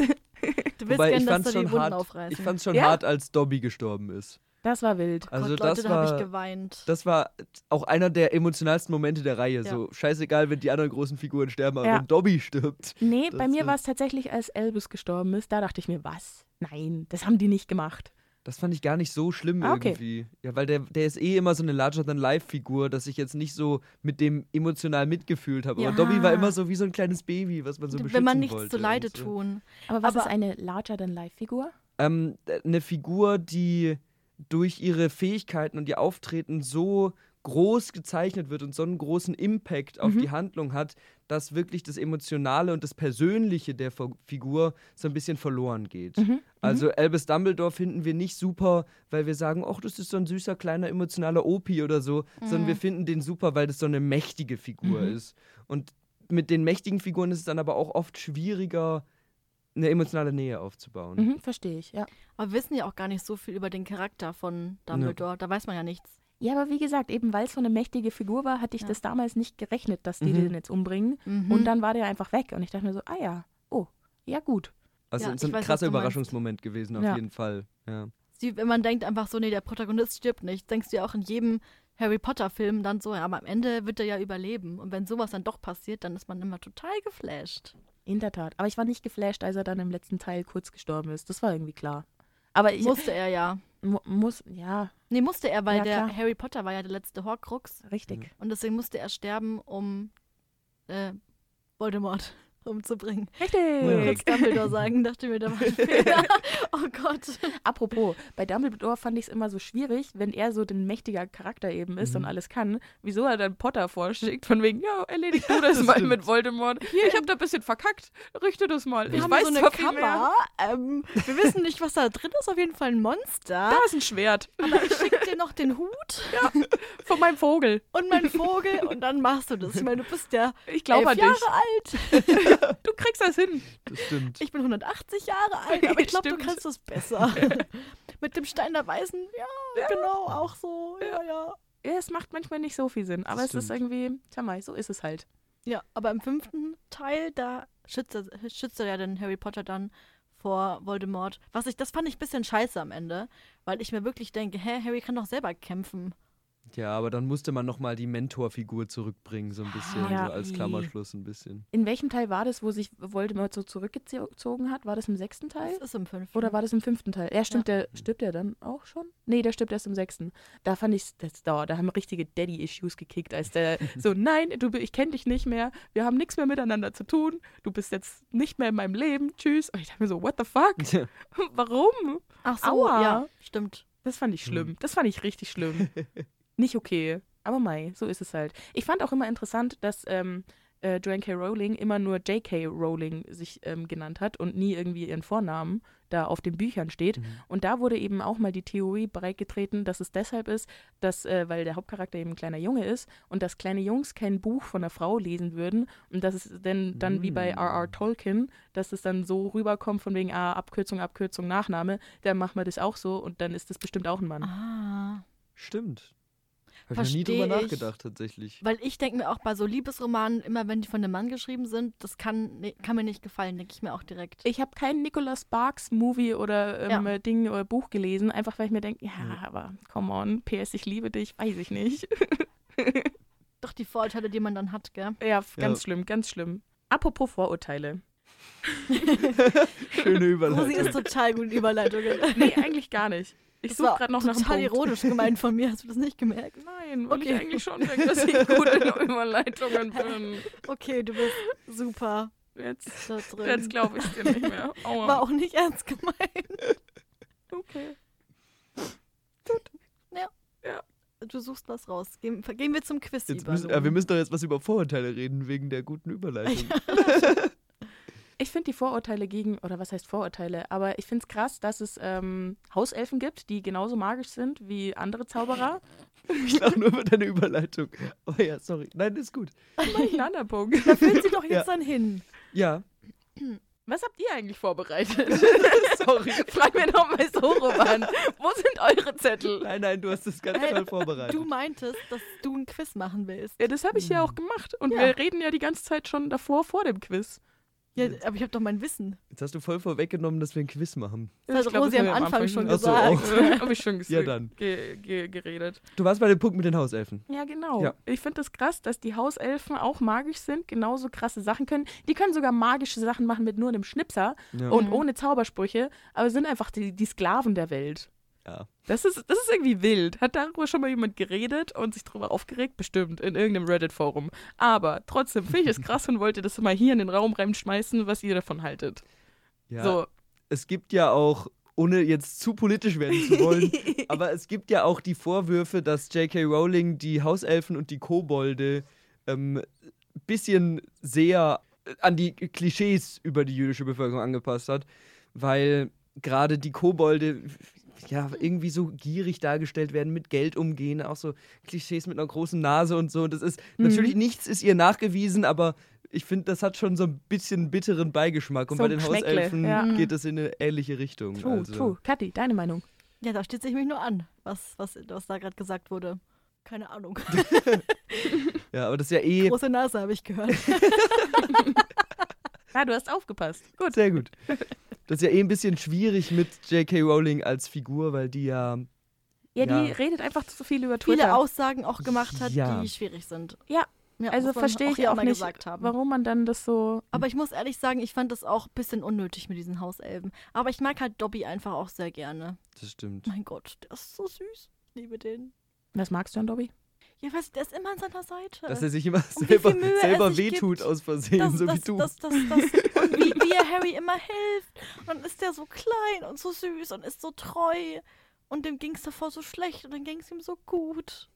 B: Du willst
C: Wobei ich
B: gerne, dass da
C: fand's
B: die
C: schon
B: Wunden
C: hart.
B: aufreißen.
C: Ich fand's schon
A: Ja.
C: hart, als Dobby gestorben ist.
A: Das war wild.
C: Also
B: Gott, Leute,
C: das
B: da habe ich
C: war
B: geweint.
C: das war auch einer der emotionalsten Momente der
B: Ja.
C: Reihe. So scheißegal, wenn die anderen großen Figuren sterben, aber
A: Ja.
C: wenn Dobby stirbt.
A: Nee,
C: das
A: bei mir
C: ist-
A: war es tatsächlich, als Elvis gestorben ist, da dachte ich mir, was? Nein, das haben die nicht gemacht.
C: Das fand ich gar nicht so schlimm
A: Ah, okay.
C: irgendwie. Ja, weil der, der ist eh immer so eine Larger-than-Life-Figur, dass ich jetzt nicht so mit dem emotional mitgefühlt habe. Aber
A: Ja.
C: Dobby war immer so wie so ein kleines Baby, was man so beschützen
B: Wenn man nichts
C: wollte.
B: zu Leide
C: und so.
B: tun.
A: Aber was
B: Aber-
A: ist eine larger-than-life-Figur?
C: ähm, eine Figur, die durch ihre Fähigkeiten und ihr Auftreten so groß gezeichnet wird und so einen großen Impact auf
A: Mhm.
C: die Handlung hat, dass wirklich das Emotionale und das Persönliche der Fo- Figur so ein bisschen verloren geht.
A: Mhm.
C: Also Albus Dumbledore finden wir nicht super, weil wir sagen, ach, das ist so ein süßer, kleiner, emotionaler Opi oder so, sondern wir finden den super, weil das so eine mächtige Figur
A: Mhm.
C: ist. Und mit den mächtigen Figuren ist es dann aber auch oft schwieriger, eine emotionale Nähe aufzubauen.
A: Mhm, verstehe ich, ja.
B: Aber wir wissen ja auch gar nicht so viel über den Charakter von Dumbledore. Da weiß man ja nichts.
A: Ja, aber wie gesagt, eben weil es so eine mächtige Figur war, hatte ich
B: Ja.
A: das damals nicht gerechnet, dass die
C: Mhm.
A: den jetzt umbringen.
B: Mhm.
A: Und dann war der einfach weg. Und ich dachte mir so, ah ja, oh, ja gut.
C: Also
B: Ja,
C: so ein
B: ich weiß, was
C: krasser
B: du meinst.
C: Überraschungsmoment gewesen, auf
A: Ja.
C: jeden Fall. Ja.
B: Sie, wenn man denkt einfach so, nee, der Protagonist stirbt nicht, denkst du ja auch in jedem Harry Potter-Film dann so, ja, aber am Ende wird er ja überleben. Und wenn sowas dann doch passiert, dann ist man immer total geflasht.
A: In der Tat. Aber ich war nicht geflasht, als er dann im letzten Teil kurz gestorben ist. Das war irgendwie klar. Aber ich
B: musste er ja.
A: mu muss, ja,
B: Nee, musste er, weil
A: Ja,
B: der
A: klar.
B: Harry Potter war ja der letzte Horcrux.
A: richtig.
B: Und deswegen musste er sterben, um äh, Voldemort umzubringen. Wollte
A: Richtig.
B: kurz Dumbledore sagen, dachte mir, da war ein Fehler. Oh Gott.
A: Apropos, bei Dumbledore fand ich es immer so schwierig, wenn er so ein mächtiger Charakter eben ist
C: Mhm.
A: und alles kann, wieso er dann Potter vorschickt, von wegen, ja, erledigt du das,
C: das
A: mal
C: stimmt.
A: mit Voldemort. ich habe da ein bisschen verkackt, richte das mal.
B: Wir
A: ich
B: haben
A: weiß
B: so eine
A: zwar viel mehr.
B: Kammer. Ähm, wir wissen nicht, was da drin ist. Auf jeden Fall ein Monster.
A: Da ist ein Schwert
B: Aber ich schicke dir noch den Hut
A: von meinem Vogel.
B: und meinen Vogel und dann machst du das. Ich meine, du bist ja
A: Ich
B: elf
A: glaube an
B: Jahre
A: dich.
B: alt.
A: Du kriegst das hin.
C: Das stimmt.
B: Ich bin 180 Jahre alt, aber ich glaube, du
A: Stimmt.
B: kannst das besser. Mit dem Stein der Weisen, ja, genau, auch so. Ja, ja.
A: Ja, es macht manchmal nicht so viel Sinn, aber
C: Das
A: es ist
C: stimmt.
A: irgendwie, tja mei, so ist es halt.
B: Ja, aber im fünften Teil, da schützt er, schützt er ja den Harry Potter dann vor Voldemort. Was ich, das fand ich ein bisschen scheiße am Ende, weil ich mir wirklich denke, hä, Harry kann doch selber kämpfen.
C: Ja, aber dann musste man nochmal die Mentorfigur zurückbringen, so ein bisschen,
A: Ja.
C: so als Klammerschluss ein bisschen.
A: In welchem Teil war das, wo sich Voldemort so zurückgezogen hat? War das im sechsten Teil?
B: Das ist im fünften.
A: Oder war das im fünften Teil? Ja, stimmt, der stirbt ja dann auch schon? Nee, der stirbt erst im sechsten. Da fand ich, das da, da haben richtige Daddy-Issues gekickt, als der so, nein, du, ich kenne dich nicht mehr, wir haben nichts mehr miteinander zu tun, du bist jetzt nicht mehr in meinem Leben, tschüss. Und ich dachte mir so, what the fuck?
B: Genau.
A: Warum?
B: Ach so,
A: Aua.
B: ja, stimmt.
A: Das fand ich schlimm. Das fand ich richtig schlimm. Nicht okay. Aber mei, so ist es halt. Ich fand auch immer interessant, dass ähm, äh, Joanne K. Rowling immer nur J.K. Rowling sich ähm, genannt hat und nie irgendwie ihren Vornamen da auf den Büchern steht. Und da wurde eben auch mal die Theorie breitgetreten, dass es deshalb ist, dass, äh, weil der Hauptcharakter eben ein kleiner Junge ist und dass kleine Jungs kein Buch von einer Frau lesen würden und dass es denn dann wie bei
C: Mm.
A: R.R. Tolkien, dass es dann so rüberkommt von wegen, ah, Abkürzung, Abkürzung, Nachname, dann machen wir das auch so und dann ist das bestimmt auch ein Mann.
B: Ah.
C: Stimmt. Habe ich noch nie
B: Versteh
C: drüber
B: ich.
C: nachgedacht, tatsächlich.
B: Weil ich denke mir auch bei so Liebesromanen, immer wenn die von einem Mann geschrieben sind, das kann, nee, kann mir nicht gefallen, denke ich mir auch direkt.
A: Ich habe keinen Nicholas Sparks Movie oder ähm,
B: Ja.
A: äh, Ding oder Buch gelesen, einfach weil ich mir denke, ja,
C: Ja.
A: aber come on, PS, ich liebe dich, weiß ich nicht.
B: Doch die Vorurteile, die man dann hat, gell?
A: ja, f- ganz schlimm, ganz schlimm. Apropos Vorurteile.
C: Schöne
B: Rosi
C: Überleitung.
B: ist total gut in Überleitungen.
A: Nee, eigentlich gar nicht. Ich
B: Das
A: suche
B: war
A: gerade noch nach einem
B: total
A: Punkt.
B: ironisch gemeint von mir, hast du das nicht gemerkt?
A: Nein, weil ich
B: Okay.
A: eigentlich schon denke, dass ich gut in Überleitungen bin.
B: Okay, du bist super
A: Jetzt,
B: da drin.
A: jetzt glaube ich dir nicht mehr. Aua.
B: War auch nicht ernst gemeint.
A: Okay.
B: du suchst was raus. Gehen, gehen wir zum Quiz
C: Jetzt
B: über.
C: müssen, ja, wir müssen doch jetzt was über Vorurteile reden, wegen der guten Überleitung.
A: Ich finde die Vorurteile gegen, oder was heißt Vorurteile, aber ich finde es krass, dass es ähm, Hauselfen gibt, die genauso magisch sind wie andere Zauberer.
C: Ich lache nur über deine Überleitung. Aber ja, sorry. Nein, ist gut.
A: Mein Nanderpunkt.
B: Da fühlt sie doch jetzt
C: Ja.
B: dann hin.
C: Ja,
A: Was habt ihr eigentlich vorbereitet?
C: sorry.
A: Frag mir doch mal so rum an. Wo sind eure Zettel?
C: Nein, nein, du hast das ganz
B: Hey,
C: toll vorbereitet.
B: Du meintest, dass du ein Quiz machen willst.
A: Ja, das habe ich ja auch gemacht. Und
B: Ja.
A: wir reden Hm. ja die ganze Zeit schon davor, vor dem Quiz.
B: Ja, aber ich habe doch mein Wissen.
C: Jetzt hast du voll vorweggenommen, dass wir ein Quiz machen.
B: Das hat
A: Ich glaub,
B: Rosi
A: haben
B: am
A: wir
B: Anfang schon
C: Ach so,
B: gesagt.
A: Habe ich schon gesagt.
C: Ja, dann.
A: Ge ge geredet.
C: Du warst bei dem Punkt mit den Hauselfen.
A: Ja, genau.
C: Ja.
A: Ich finde das krass, dass die Hauselfen auch magisch sind, genauso krasse Sachen können. Die können sogar magische Sachen machen mit nur einem Schnipser
C: Ja.
A: und
B: Mhm.
A: ohne Zaubersprüche, aber sind einfach die, die Sklaven der Welt.
C: Ja.
A: Das ist, das ist irgendwie wild. Hat darüber schon mal jemand geredet und sich darüber aufgeregt? Bestimmt, in irgendeinem Reddit-Forum. Aber trotzdem finde ich es krass und wollte das mal hier in den Raum reinschmeißen, was ihr davon haltet.
C: ja.
A: So,
C: Es gibt ja auch, ohne jetzt zu politisch werden zu wollen, aber es gibt ja auch die Vorwürfe, dass J.K. Rowling die Hauselfen und die Kobolde ähm, bisschen sehr äh, an die Klischees über die jüdische Bevölkerung angepasst hat, weil gerade die Kobolde ja irgendwie so gierig dargestellt werden, mit Geld umgehen, auch so Klischees mit einer großen Nase und so. Und das ist
A: Mhm.
C: natürlich nichts ist ihr nachgewiesen, aber ich finde, das hat schon so ein bisschen bitteren Beigeschmack. Und
A: So
C: bei
A: ein
C: den
A: Geschmäckle,
C: Hauselfen
A: ja.
C: geht es in eine ähnliche Richtung.
A: true,
C: also.
A: true. Kathi, deine Meinung?
B: Ja, da stütze ich mich nur an, was, was, was da gerade gesagt wurde. Keine Ahnung.
C: Ja, aber das ist ja eh
B: Große Nase habe ich gehört.
A: Ja, Ah, du hast aufgepasst. Gut.
C: Sehr gut. Das ist ja eh ein bisschen schwierig mit J.K. Rowling als Figur, weil die ja.
A: Ja, die
C: Ja.
A: redet einfach zu viel über Twitter.
B: Viele Aussagen auch gemacht hat,
C: Ja.
B: die schwierig sind.
A: Ja,
B: Ja,
A: also
B: muss man
A: verstehe ich
B: hier
A: auch
B: mal
A: nicht,
B: Gesagt haben.
A: warum man dann das so
B: Aber ich muss ehrlich sagen, ich fand das auch ein bisschen unnötig mit diesen Hauselben. Aber ich mag halt Dobby einfach auch sehr gerne.
C: Das stimmt.
B: Mein Gott, der ist so süß. Ich liebe den.
A: Was magst du an Dobby?
B: Ja, weiß ich, der ist immer an seiner Seite.
C: Dass er sich immer
B: wie
C: selber,
B: viel Mühe er
C: selber
B: sich
C: wehtut
B: gibt.
C: aus Versehen,
B: das,
C: so
B: das,
C: wie du.
B: Das, das, das, Und wie, wie er Harry immer hilft. Und dann ist der so klein und so süß und ist so treu. Und dem ging es davor so schlecht und dann ging es ihm so gut.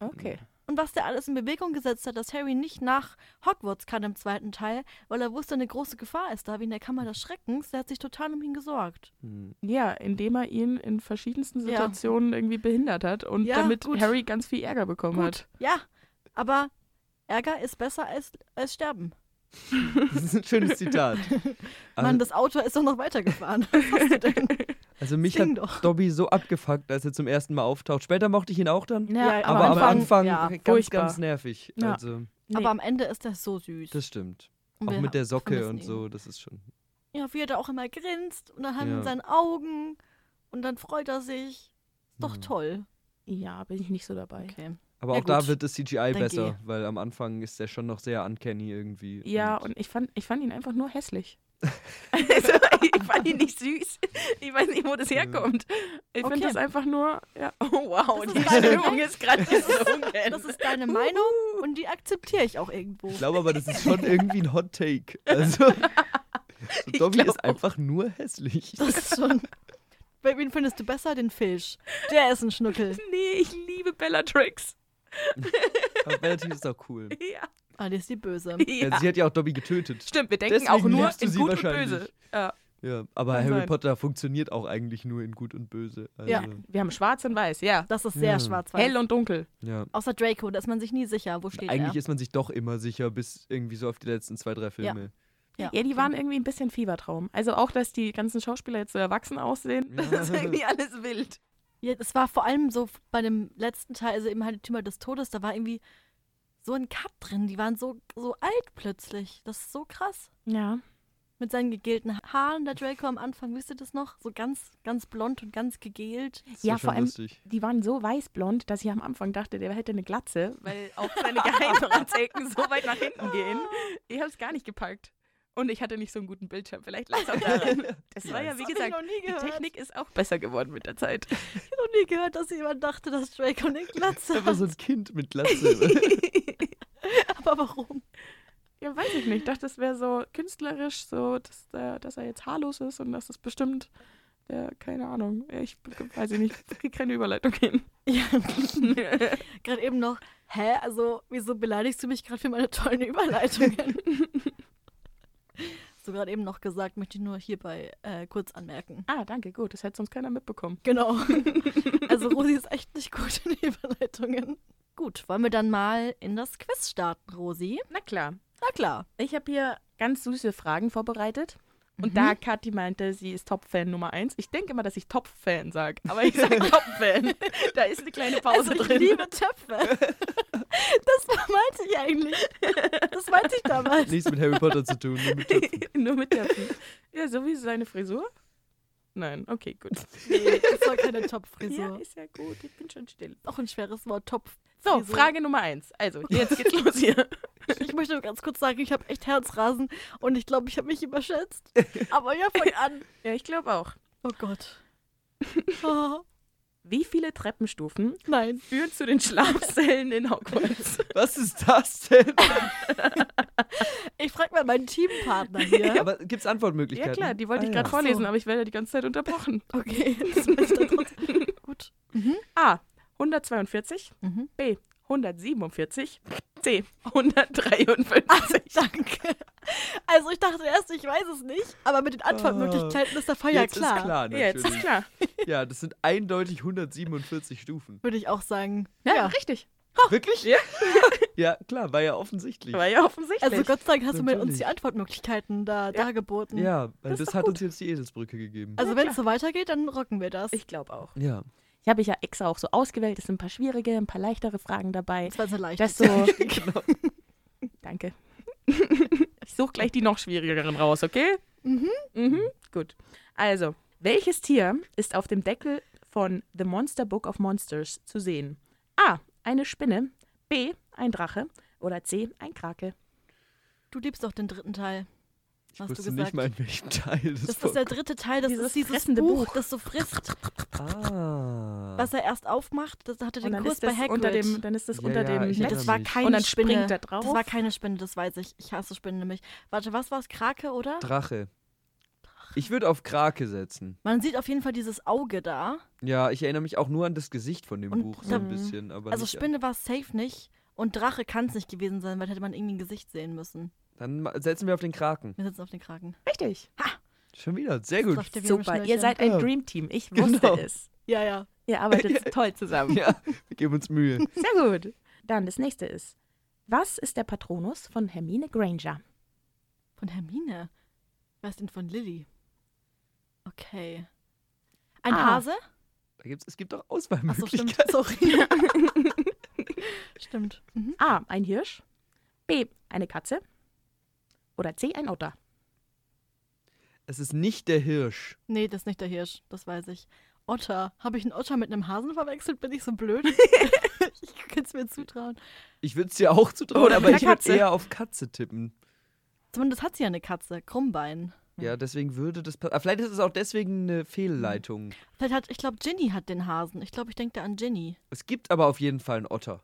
A: Okay.
B: Und was der alles in Bewegung gesetzt hat, dass Harry nicht nach Hogwarts kann im zweiten Teil, weil er wusste, eine große Gefahr ist da, wie in der Kammer des Schreckens. Der hat sich total um ihn gesorgt.
C: Hm.
A: Ja, indem er ihn in verschiedensten
B: Ja.
A: Situationen irgendwie behindert hat und
B: Ja,
A: damit
B: gut.
A: Harry ganz viel Ärger bekommen
B: Gut.
A: hat.
B: Ja, aber Ärger ist besser als, als Sterben.
C: Das ist ein schönes Zitat.
B: Mann,
C: Also,
B: das Auto ist doch noch weitergefahren. Was hast du denn?
C: also mich
B: Ding
C: hat
B: doch.
C: Dobby so abgefuckt, als er zum ersten Mal auftaucht. Später mochte ich ihn auch dann.
A: Ja,
B: Ja,
A: aber,
C: aber
A: am Anfang,
C: am Anfang
B: ja,
C: ganz,
A: furchtbar.
C: ganz nervig.
A: Ja.
C: Also,
A: nee.
B: Aber am Ende ist das so süß.
C: das stimmt.
B: Und
C: Auch
B: wir
C: mit der Socke
B: vermissen
C: und
B: ihn.
C: so, das ist schon.
B: Ja, wie er da auch immer grinst und dann haben
C: Ja.
B: ihn seine Augen und dann freut er sich. Ist doch
C: Ja.
B: toll.
A: ja, bin ich nicht so dabei.
B: Okay.
C: Aber
B: Ja,
C: auch da
B: gut.
C: wird das CGI
B: geh.
C: besser, weil am Anfang ist der schon noch sehr uncanny irgendwie.
A: Ja, und ich fand, ich fand ihn einfach nur hässlich. also, ich fand ihn nicht süß. Ich weiß nicht, wo das
C: Ja.
A: herkommt. Ich
B: Okay.
A: finde das einfach nur, ja. Oh, wow,
B: Das
A: die
B: ist meine
A: Stimmung
B: Meinung.
A: ist gerade
B: Das ist-
A: gesunken.
B: Das ist deine Meinung und die akzeptiere ich auch irgendwo.
C: Ich glaube aber, das ist schon irgendwie ein Hot Take. Also, so
A: Ich
C: Dobby
A: glaub
C: ist einfach nur hässlich.
B: Das ist schon. Bei Wen findest du besser? Den Fisch. Der ist ein Schnuckel.
A: Nee, ich liebe Bellatrix.
C: Aber Bellatrix ist auch cool.
A: Ja.
B: Ah, die ist die Böse.
A: ja.
C: Also, sie hat ja auch Dobby getötet.
A: Stimmt, wir denken
C: Deswegen
A: auch nur
C: liebst du
A: in
C: sie
A: Gut und
C: wahrscheinlich.
A: Böse. Ja.
C: Ja, aber
A: Kann
C: Harry
A: sein.
C: Potter funktioniert auch eigentlich nur in Gut und Böse. Also,
B: Ja.
A: Wir haben schwarz und weiß, ja.
B: Das ist sehr
C: Ja.
B: schwarz-weiß.
A: Hell und dunkel.
C: ja.
B: Außer Draco, da ist man sich nie sicher, wo steht
C: Eigentlich
B: er.
C: ist man sich doch immer sicher, bis irgendwie so auf die letzten zwei, drei Filme.
A: Ja, die waren irgendwie ein bisschen Fiebertraum. Also auch, dass die ganzen Schauspieler jetzt so erwachsen aussehen,
C: Ja.
A: das ist irgendwie alles wild.
B: Ja, es war vor allem so bei dem letzten Teil, also eben halt die Tümer des Todes, da war irgendwie so ein Cut drin. Die waren so, so alt plötzlich. Das ist so krass.
A: Ja.
B: Mit seinen gegelten Haaren, der Draco am Anfang, wisst ihr das noch? So ganz, ganz blond und ganz gegelt.
C: Das
A: Ja,
C: war schon
A: vor allem-
C: Lustig.
A: Die waren so weißblond, dass ich am Anfang dachte, der hätte eine Glatze, weil auch seine Geheimratsecken so weit nach hinten gehen. Ich habe es gar nicht gepackt. Und ich hatte nicht so einen guten Bildschirm. Vielleicht lag es auch daran. Das war ja, wie
B: hab ich
A: gesagt,
B: noch nie
A: die
B: gehört.
A: Technik ist auch besser geworden mit der Zeit.
B: Ich habe noch nie gehört, dass jemand dachte, dass Draco eine Glatze
C: Einfach
B: hat.
C: so ein Kind mit Glatze.
B: Aber warum?
A: Ja, weiß ich nicht. Ich dachte, das wäre so künstlerisch, so, dass, der, dass er jetzt haarlos ist und dass das bestimmt Ja, keine Ahnung. Ich weiß ich nicht. Ich kriege keine Überleitung hin.
B: Ja. gerade eben noch, hä, also wieso beleidigst du mich gerade für meine tollen Überleitungen? so gerade eben noch gesagt, möchte ich nur hierbei äh, kurz anmerken.
A: ah, danke, gut. Das hätte sonst keiner mitbekommen.
B: Genau. also Rosi ist echt nicht gut in Überleitungen. Gut, wollen wir dann mal in das Quiz starten, Rosi?
A: Na klar.
B: Na klar.
A: Ich habe hier ganz süße Fragen vorbereitet. Und da Kathi meinte, sie ist Top-Fan Nummer 1. Ich denke immer, dass ich Top-Fan sage, aber ich sage Top-Fan. Da ist eine kleine Pause
B: Also ich
A: drin.
B: liebe Töpfe. Das meinte ich eigentlich. Das meinte ich damals.
C: Nichts mit Harry Potter zu tun. Nur mit Töpfen.
A: Nur mit der Ja, so wie seine Frisur? Nein, okay, gut.
B: Nee, das war keine
A: Ja,
B: Topfrisur.
A: ist ja gut. Ich bin schon still.
B: Auch ein schweres Wort, Topf.
A: So,
B: Wieso?
A: Frage Nummer 1. Also, jetzt geht's los hier.
B: Ich möchte nur ganz kurz sagen, ich habe echt Herzrasen und ich glaube, ich habe mich überschätzt. Aber ja, fang an.
A: Ja, ich glaube auch.
B: Oh Gott. Oh,
A: Wie viele Treppenstufen
B: nein.
A: führen zu den Schlafsälen in Hogwarts?
C: Was ist das denn?
B: Ich frage mal meinen Teampartner hier.
C: Aber gibt's
A: Ja
C: Antwortmöglichkeiten?
A: klar, die wollte
C: Ah,
A: ich
C: ja.
A: gerade vorlesen,
B: so.
A: aber ich werde die ganze Zeit unterbrochen.
B: Okay, das bin ich dann trotzdem. Gut.
A: A. 142.
B: Mhm.
A: B. 147. C. 153.
B: Danke. Also ich dachte erst, ich weiß es nicht, aber mit den Antwortmöglichkeiten ist der Fall ja
C: Jetzt
B: klar.
C: ist klar natürlich.
A: Jetzt ist klar.
C: Ja, das sind eindeutig 147 Stufen.
B: Würde ich auch sagen.
A: Ja, richtig.
C: Wirklich?
A: Ja.
C: Ja, klar, war ja offensichtlich.
A: War ja offensichtlich.
B: Also Gott sei Dank hast du mir uns
C: Natürlich.
B: die Antwortmöglichkeiten da dargeboten.
C: Ja, weil
A: Das ist
C: das,
A: doch
C: hat
A: gut.
C: uns jetzt die Eselsbrücke gegeben.
B: Also
A: Ja,
B: wenn es so weitergeht, dann rocken wir das.
A: ich glaube auch.
C: ja.
A: Ich habe ich ja extra auch so ausgewählt. Es sind ein paar schwierige, ein paar leichtere Fragen dabei.
B: das war so leicht.
A: Das so.
C: Genau.
A: Danke. Ich suche gleich die noch schwierigeren raus, okay?
B: Mhm.
A: Mhm. Gut. Also, welches Tier ist auf dem Deckel von The Monster Book of Monsters zu sehen? A. Eine Spinne. B. Ein Drache. Oder C. Ein Krake.
B: du liebst doch den dritten Teil.
C: Ich
B: Hast du
C: wusste
B: gesagt.
C: nicht mal, in welchem Teil das,
B: Das ist der dritte Teil, das
A: Dieses
B: ist dieses
A: fressende
B: Buch,
A: Buch.
B: das du frisst,
C: Ah.
B: was er erst aufmacht. Das hatte
A: Und
B: den
A: dann
B: Kurs
A: ist das
B: bei Hagrid.
A: unter dem, dann ist das
C: Ja,
A: unter
C: ja,
A: dem
C: ich
B: nee,
A: Netz.
B: das war
C: mich.
B: keine
A: Und dann
B: Spinne.
A: springt er drauf.
B: Das war keine Spinne, das weiß ich. Ich hasse Spinnen nämlich. Warte, was war es? Krake, oder?
C: Drache. Ich würde auf Krake setzen.
B: Man sieht auf jeden Fall dieses Auge da.
C: Ja, ich erinnere mich auch nur an das Gesicht von dem
B: Und
C: Buch so ein
A: dann-
C: bisschen. Aber
B: Also
A: äh,
C: nicht-
B: Spinne war safe nicht. Und Drache kann es nicht gewesen sein, weil hätte man irgendwie ein Gesicht sehen müssen.
C: Dann ma- setzen wir auf den Kraken.
B: Wir sitzen auf den Kraken.
A: Richtig.
C: Schon wieder, sehr gut.
B: Läuft der wie im
A: Super. Ihr
B: Schnürchen.
A: seid ein
C: Ja.
A: Dream Team. Ich wusste
C: Genau.
A: es.
B: Ja, ja.
A: Ihr arbeitet toll zusammen.
C: Ja, wir geben uns Mühe.
A: Sehr gut. Dann das nächste ist. Was ist der Patronus von Hermine Granger?
B: Von Hermine. Was denn von Lilly? Okay. Ein
A: Ah.
B: Hase?
C: Da gibt's, es gibt auch
B: Achso, stimmt.
C: Auswahlmöglichkeiten.
B: Sorry. stimmt. Mhm.
A: A. Ein Hirsch. B. Eine Katze. Oder C. Ein Otter.
C: es ist nicht der Hirsch.
B: Nee, das ist nicht der Hirsch. Das weiß ich. Otter. Habe ich einen Otter mit einem Hasen verwechselt? Bin ich so blöd? ich kann es mir zutrauen.
C: Ich würde es dir auch zutrauen,
A: Oder
C: aber
A: eine
C: ich würde
A: Katze.
C: eher auf Katze tippen.
B: Zumindest hat sie ja eine Katze. Krummbein.
C: Ja, deswegen würde das. pa- Ah, Vielleicht ist es auch deswegen eine Fehlleitung.
B: Vielleicht hat, ich glaube, Ginny hat den Hasen. Ich glaube, ich denke da an Ginny.
C: Es gibt aber auf jeden Fall einen Otter.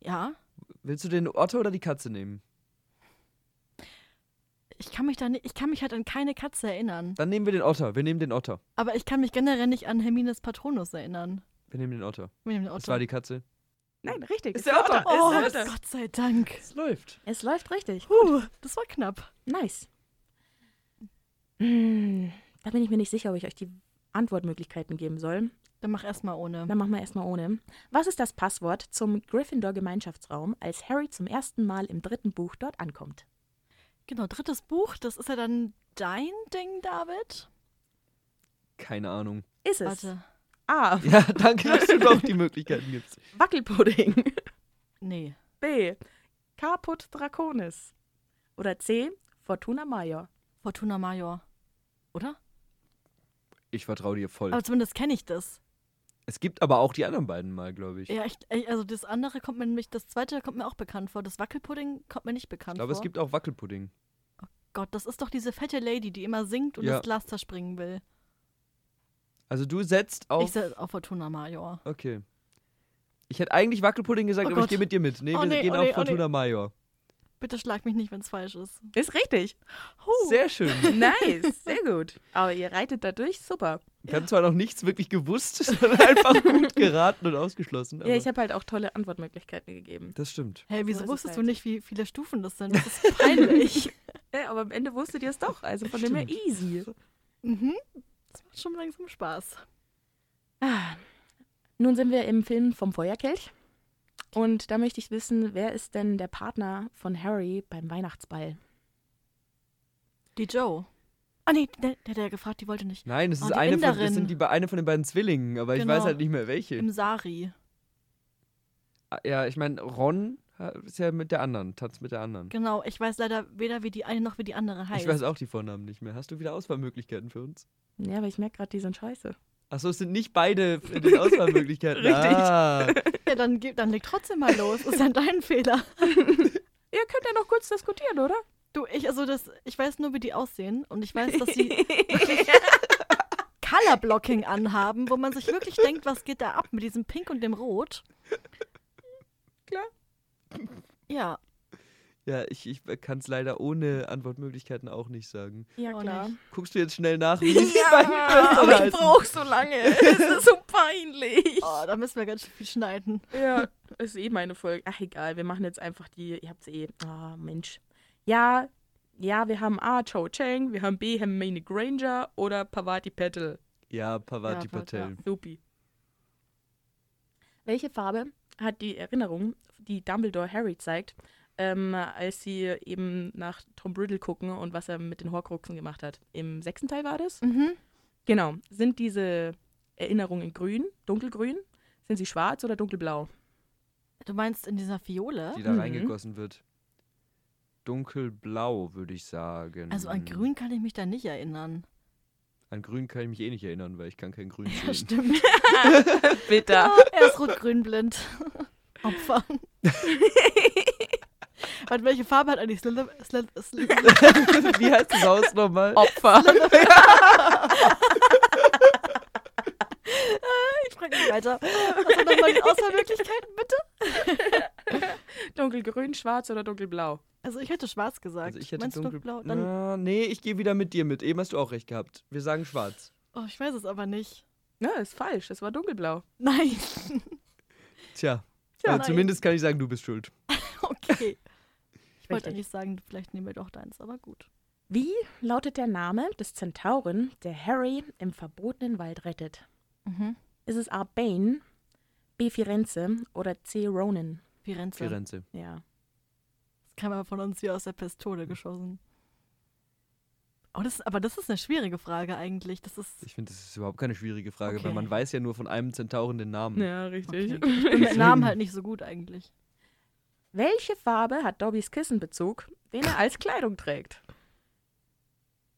B: Ja?
C: Willst du den Otter oder die Katze nehmen?
B: Ich kann mich da nicht, ich kann mich halt an keine Katze erinnern.
C: Dann nehmen wir den Otter. Wir nehmen den Otter.
B: Aber ich kann mich generell nicht an Hermines Patronus erinnern.
C: Wir nehmen den Otter.
B: Mit dem Otto.
C: Das war die Katze.
A: Nein, richtig.
C: Ist der Otter.
B: Oh,
A: Ist der Otter.
B: Gott sei Dank.
C: Es läuft.
A: Es läuft richtig.
B: Puh, das war knapp.
A: Nice. Hm, Da bin ich mir nicht sicher, ob ich euch die Antwortmöglichkeiten geben soll.
B: Dann mach erstmal ohne.
A: Dann machen wir erstmal ohne. Was ist das Passwort zum Gryffindor-Gemeinschaftsraum, als Harry zum ersten Mal im dritten Buch dort ankommt?
B: Genau, drittes Buch, das ist ja dann dein Ding, David.
C: Keine Ahnung.
A: Ist es
B: Warte.
A: A.
C: Ja, danke, dass du doch die Möglichkeiten gibst.
A: Wackelpudding.
B: Nee.
A: B. Caput Draconis. Oder C. Fortuna Major.
B: Fortuna Major. Oder?
C: Ich vertraue dir voll.
B: Aber zumindest kenne ich das.
C: Es gibt aber auch die anderen beiden mal, glaube ich.
B: Ja, ich, ich- also das andere kommt mir nämlich, das zweite kommt mir auch bekannt vor. Das Wackelpudding kommt mir nicht
C: Ich
B: bekannt
C: glaube, es
B: vor.
C: gibt auch Wackelpudding.
B: Gott, das ist doch diese fette Lady, die immer singt und
C: Ja.
B: das Glas zerspringen will.
C: Also du setzt auf.
B: Ich setze auf Fortuna Major.
C: okay. Ich hätte eigentlich Wackelpudding gesagt,
B: Oh
C: aber
B: Gott.
C: ich gehe mit dir mit. Nee,
B: Oh
C: wir
B: nee,
C: gehen
B: oh
C: auf
B: nee, oh
C: Fortuna Major.
B: Bitte schlag mich nicht, wenn es falsch ist.
A: Ist richtig.
B: Huh.
C: Sehr schön.
A: Nice, sehr gut. Aber ihr reitet da durch, super.
C: Ich habe zwar noch nichts wirklich gewusst, sondern einfach gut geraten und ausgeschlossen. Aber
A: Ja, ich habe halt auch tolle Antwortmöglichkeiten gegeben.
C: das stimmt.
B: Hey, wieso
A: ist es
B: wusstest du
A: halt.
B: nicht, wie viele Stufen das sind? Das ist peinlich.
A: Ja, aber am Ende wusstet ihr es doch, also von dem her
C: Stimmt.
A: easy.
B: mhm. Das macht schon langsam Spaß.
A: Ah. Nun sind wir im Film vom Feuerkelch. Und da möchte ich wissen, wer ist denn der Partner von Harry beim Weihnachtsball?
B: Die Joe. Ah nee, der, der, der gefragt, die wollte nicht.
C: Nein, es
B: Oh,
C: ist
B: die
C: eine von, das
B: Inderin.
C: sind die, be- eine von den beiden Zwillingen, aber ich
B: Genau.
C: weiß halt nicht mehr welche.
B: Im Sari.
C: Ah, Ja, ich meine, Ron ha- ist ja mit der anderen, tanzt mit der anderen.
B: Genau, ich weiß leider weder wie die eine noch wie die andere heißt.
C: Ich weiß auch die Vornamen nicht mehr. Hast du wieder Auswahlmöglichkeiten für uns?
A: Ja, aber ich merke gerade, die sind scheiße.
C: Achso, es sind nicht beide in den Auswahlmöglichkeiten.
A: Richtig.
C: Ah,
B: Ja, dann, gib- dann leg trotzdem mal los. Ist ja dein Fehler.
A: Ihr könnt ja noch kurz diskutieren, oder?
B: Du, ich, also das, ich weiß nur, wie die aussehen und ich weiß, dass sie wirklich Colorblocking anhaben, wo man sich wirklich denkt, was geht da ab mit diesem Pink und dem Rot.
A: Klar.
B: Ja,
C: ja, ich, ich kann es leider ohne Antwortmöglichkeiten auch nicht sagen.
A: Ja,
B: Oh,
A: klar.
B: nicht.
C: Guckst du jetzt schnell nach, wie die
A: Ja, aber ich
C: heißen?
A: brauche so lange. Es ist so peinlich.
B: oh, da müssen wir ganz schön viel schneiden.
A: Ja, ist eh meine Folge. Ach, egal, wir machen jetzt einfach die, ihr habt's eh. Ah, Mensch. Ja, ja, wir haben A, Cho Chang, wir haben B, Hermione Granger oder Pavati Patel.
C: Ja, Pavati
B: Ja, Pat-
C: Patel.
A: Supi. Welche Farbe hat die Erinnerung, die Dumbledore Harry zeigt, ähm, als sie eben nach Tom Riddle gucken und was er mit den Horcruxen gemacht hat? Im sechsten Teil war das?
B: Mhm.
A: Genau. Sind diese Erinnerungen grün, dunkelgrün? Sind sie schwarz oder dunkelblau?
B: Du meinst in dieser Fiole?
C: die da
A: Mhm.
C: reingegossen wird. Dunkelblau, würde ich sagen.
B: Also an Grün kann ich mich da nicht erinnern.
C: An Grün kann ich mich eh nicht erinnern, weil ich kann kein Grün
B: Ja,
C: sehen.
B: stimmt.
A: Bitter.
B: Ah, er ist rot-grün blind. Opfer. Warte, welche Farbe hat eigentlich Slyther Slyther Slyther
C: Wie heißt das Haus nochmal?
A: Opfer.
B: Ich frage nicht weiter. Hast du nochmal die Auswahlmöglichkeiten, bitte?
A: Dunkelgrün, schwarz oder dunkelblau?
B: Also ich hätte schwarz gesagt.
C: Also ich hätte
B: Meinst du
C: dunkel...
B: dunkelblau? Dann,
C: Na, nee, ich gehe wieder mit dir mit. Eben hast du auch recht gehabt. Wir sagen schwarz.
B: oh, ich weiß es aber nicht.
A: Ja, Ne, ist falsch. Es war dunkelblau.
B: Nein. Tja,
C: Tja. also
B: nein.
C: zumindest kann ich sagen, du bist schuld.
B: Okay. Ich
A: Richtig.
B: wollte eigentlich sagen, vielleicht nehmen wir doch deins, aber gut.
A: Wie lautet der Name des Zentauren, der Harry im verbotenen Wald rettet?
B: Mhm.
A: Ist es A. Bane, B. Firenze oder C. Ronan?
B: Firenze.
C: Firenze.
A: Ja.
B: Das kam aber von uns hier aus der Pistole geschossen. Oh, das, aber das ist eine schwierige Frage eigentlich. Das ist.
C: Ich finde, das ist überhaupt keine schwierige Frage, weil
B: Okay.
C: man weiß ja nur von einem Zentauren den Namen.
A: Ja,
B: Okay. Ich bin mit Namen halt nicht so gut eigentlich.
A: Welche Farbe hat Dobbys Kissenbezug, den er als Kleidung trägt?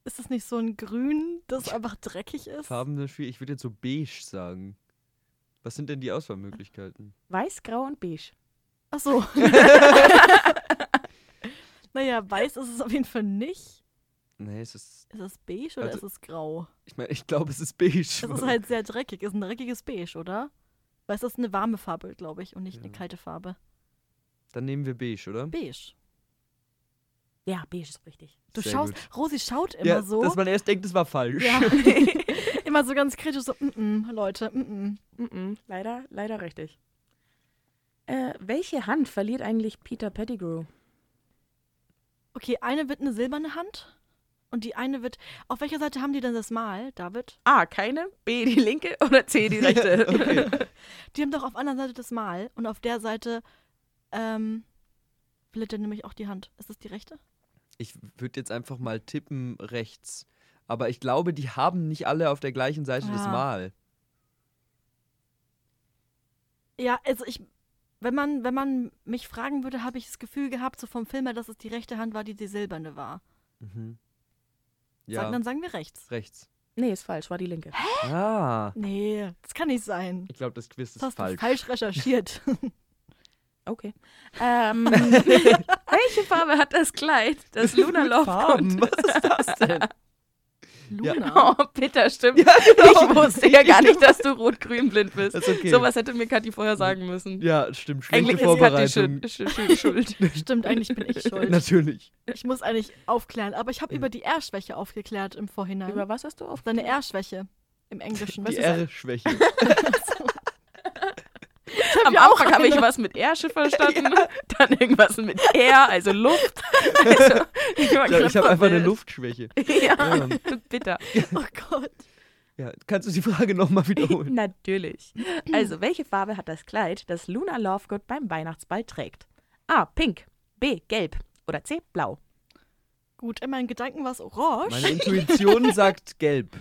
B: Ist das nicht so ein Grün, das einfach dreckig ist?
C: Farben sind schwierig. Ich würde jetzt so beige sagen. Was sind denn die Auswahlmöglichkeiten?
A: Weiß, grau und beige.
B: Ach so. naja, weiß ist es auf jeden Fall nicht.
C: Nee, es ist.
B: Ist es beige oder
C: Also-
B: ist es grau?
C: Ich meine, ich glaube, es ist beige.
B: Es ist halt sehr dreckig. Ist ein dreckiges Beige, oder? Weil es ist eine warme Farbe, glaube ich, und nicht eine
C: Ja.
B: kalte Farbe.
C: Dann nehmen wir beige, oder?
B: Beige.
A: Ja, beige ist richtig.
B: Du
C: Sehr
B: schaust,
C: gut.
B: Rosi schaut immer
C: ja,
B: so.
C: dass man erst denkt, es war falsch.
B: Ja. immer so ganz kritisch, so, mm -mm, Leute, mm -mm.
A: Mm-mm, leider, leider richtig. Äh, welche Hand verliert eigentlich Peter Pettigrew?
B: Okay, eine wird eine silberne Hand und die eine wird. Auf welcher Seite haben die denn das Mal, David?
A: A, keine, B, die linke oder C, die rechte?
C: okay.
B: Die haben doch auf einer Seite das Mal und auf der Seite ähm, flittert nämlich auch die Hand. Ist das die rechte?
C: Ich würde jetzt einfach mal tippen rechts. Aber ich glaube, die haben nicht alle auf der gleichen Seite das
B: Ah.
C: Mal.
B: Ja, also ich, wenn man, wenn man mich fragen würde, habe ich das Gefühl gehabt, so vom Film her, dass es die rechte Hand war, die die silberne war.
C: Mhm.
B: Ja.
C: Ja,
B: dann sagen wir rechts.
C: rechts.
A: nee, ist falsch, war die linke.
C: Ah,
B: Nee, das kann nicht sein.
C: ich glaube, das Quiz ist
B: Das hast du
C: falsch.
B: falsch recherchiert.
A: Okay. Ähm, welche Farbe hat das Kleid, das Luna
C: Mit
A: Lovegood,
C: Farben, was ist das denn?
B: Luna.
A: Oh, Peter, stimmt.
C: Ja, genau.
A: Ich wusste ja gar nicht, dass du rot-grün blind bist.
C: Das ist okay.
A: Sowas hätte mir Kathi vorher sagen müssen.
C: Ja, stimmt. Schlechte
B: halt
A: Eigentlich ist Kathi
C: Vorbereitung.
A: schuld. Schuld, schuld, schuld.
B: Stimmt, eigentlich bin ich schuld.
C: Natürlich.
B: Ich muss eigentlich aufklären. Aber ich habe über die R-Schwäche aufgeklärt im Vorhinein.
A: Über was hast du auf?
B: Deine R-Schwäche im Englischen.
C: Die
B: ist das?
C: R-Schwäche.
A: Am
B: ja auch
A: Anfang habe ich
B: eine.
A: was mit Ärsche verstanden, dann irgendwas mit Air, also Luft. Also, ich war
C: Ja,
A: grad
C: ich habe einfach eine
A: verwirrt.
C: Luftschwäche.
A: Ja,
C: Ja.
A: bitter.
B: Oh Gott.
C: Ja, kannst du die Frage nochmal wiederholen?
A: Natürlich. Also, welche Farbe hat das Kleid, das Luna Lovegood beim Weihnachtsball trägt? A. Pink. B. Gelb. Oder C. Blau.
B: Gut, in meinen Gedanken war es orange.
C: Meine Intuition sagt gelb.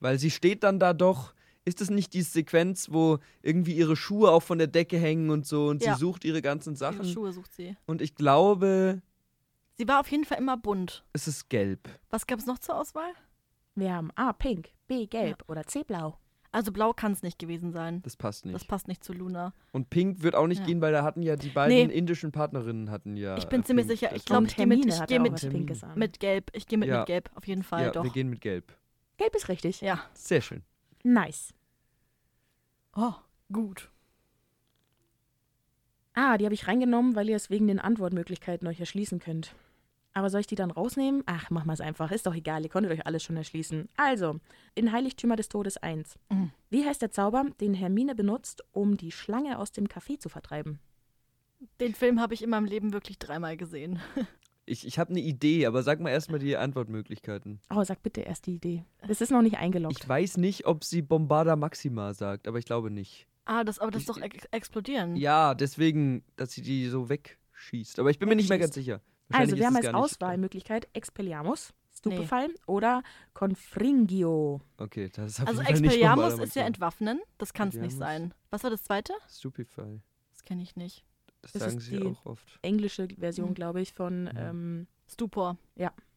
C: Weil sie steht dann da doch. Ist es nicht die Sequenz, wo irgendwie ihre Schuhe auch von der Decke hängen und so und
B: Ja.
C: sie sucht ihre ganzen
B: Ihre
C: Sachen?
B: Schuhe sucht sie.
C: Und ich glaube,
B: Sie war auf jeden Fall immer bunt.
C: es ist gelb.
B: Was gab es noch zur Auswahl?
A: Wir haben A. Pink. B. Gelb. Oder C. Blau.
B: Also blau kann es nicht gewesen sein.
C: Das passt
B: Das
C: nicht.
B: passt nicht zu Luna.
C: Und pink wird auch nicht
B: Ja.
C: gehen, weil da hatten ja die beiden
B: Nee.
C: indischen Partnerinnen hatten ja.
B: Ich bin
C: äh,
B: ziemlich
C: pink.
B: sicher, ich
C: Das
B: glaub,
C: war-
A: Und
B: ich geh mit-
A: Hermine
B: ich
A: hat
B: geh
A: auch
B: mit-
A: was Pinkes an.
B: Mit gelb. Ich gehe mit,
C: Ähm. Ja.
B: mit gelb. Auf jeden Fall
C: ja,
B: doch.
C: wir gehen mit gelb.
A: Gelb ist richtig.
B: ja.
C: Sehr schön.
A: Nice.
B: Oh, gut.
A: Ah, die habe ich reingenommen, weil ihr es wegen den Antwortmöglichkeiten euch erschließen könnt. Aber soll ich die dann rausnehmen? Ach, mach mal's einfach. Ist doch egal, ihr konntet euch alles schon erschließen. Also, in Heiligtümer des Todes 1.
B: Mhm.
A: Wie heißt der Zauber, den Hermine benutzt, um die Schlange aus dem Café zu vertreiben?
B: Den Film habe ich in meinem Leben wirklich dreimal gesehen.
C: Ich, ich habe eine Idee, aber sag mal erstmal die Antwortmöglichkeiten.
A: Oh, sag bitte erst die Idee. Es ist noch nicht eingeloggt.
C: Äh, Ich weiß nicht, ob sie Bombarda Maxima sagt, aber ich glaube nicht.
B: Ah, das, aber das ist
C: Ich-
B: doch ex explodieren.
C: Ja, deswegen, dass sie die so wegschießt. Aber ich bin mir nicht mehr ganz sicher.
A: Also,
C: Wahrscheinlich
A: wir haben
C: ist
A: als
C: es gar nicht-
A: Auswahlmöglichkeit Expelliarmus, Stupefy oder Confringio.
C: Okay, das ist auf
B: Also
C: jeden Fall nicht Bombarda
B: Expelliarmus ist ja
C: Maxima.
B: entwaffnen. Das kann es nicht
C: Expelliarmus.
B: sein. Was war das zweite?
C: Stupefy.
B: Das kenne ich nicht.
C: Das,
A: Das
C: sagen
A: ist
C: sie
A: die-
C: auch oft.
A: Englische Version,
B: Mhm.
A: glaube ich, von
C: Mhm.
A: ähm,
B: Stupor.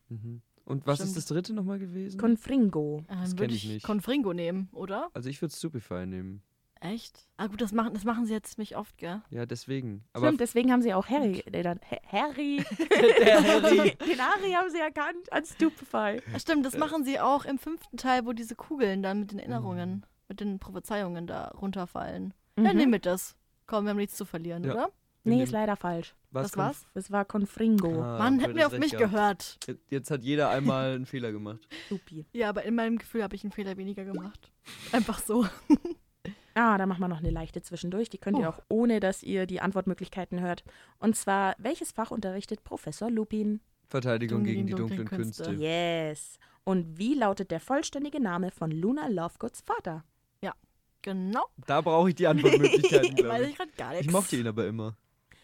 C: Mhm. Und was ist
B: Stimmt.
C: das dritte nochmal gewesen?
A: Confringo.
B: Ähm,
C: Das kenn
B: würde
C: ich
B: ich
C: nicht.
B: Confringo nehmen, oder?
C: also ich würde Stupefy nehmen.
B: Echt? Ah gut, das machen, das machen sie jetzt nicht oft, gell?
C: Ja, deswegen. Aber
A: Stimmt, deswegen haben sie auch Harry. Äh, dann, Ha- Harry.
C: Der Harry.
A: Den Harry haben sie erkannt an Stupefy.
B: Ah, Stimmt, das machen sie auch im fünften Teil, wo diese Kugeln dann mit den Erinnerungen,
C: Mhm.
B: mit den Prophezeiungen da runterfallen.
A: Mhm.
B: Dann nehmen wir das. Komm, wir haben nichts zu verlieren,
C: Ja.
B: oder?
A: Nee, ist leider falsch.
B: das war's? Oh,
A: Es war Confringo.
C: Ah,
B: Mann,
C: okay,
B: hätten
C: das
B: wir auf
C: recht
B: mich
C: gehabt.
B: gehört.
C: Jetzt- Jetzt hat jeder einmal einen Fehler gemacht.
A: Supi.
B: Ja, aber in meinem Gefühl habe ich einen Fehler weniger gemacht. Einfach so.
A: Ah, da machen wir noch eine leichte zwischendurch. Die könnt ihr
B: Oh.
C: Uh.
A: auch ohne, dass ihr die Antwortmöglichkeiten hört. Und zwar, welches Fach unterrichtet Professor Lupin?
C: Verteidigung
B: Dunklen-
C: gegen die
B: dunklen
C: dunklen Künste.
B: Künste.
A: Oh Yes. Und wie lautet der vollständige Name von Luna Lovegoods Vater?
B: Genau.
C: Da brauche ich die Antwortmöglichkeiten,
B: Weiß
C: glaube
B: ich
C: ich.
B: gerade gar nichts.
C: Ich mochte ihn aber immer.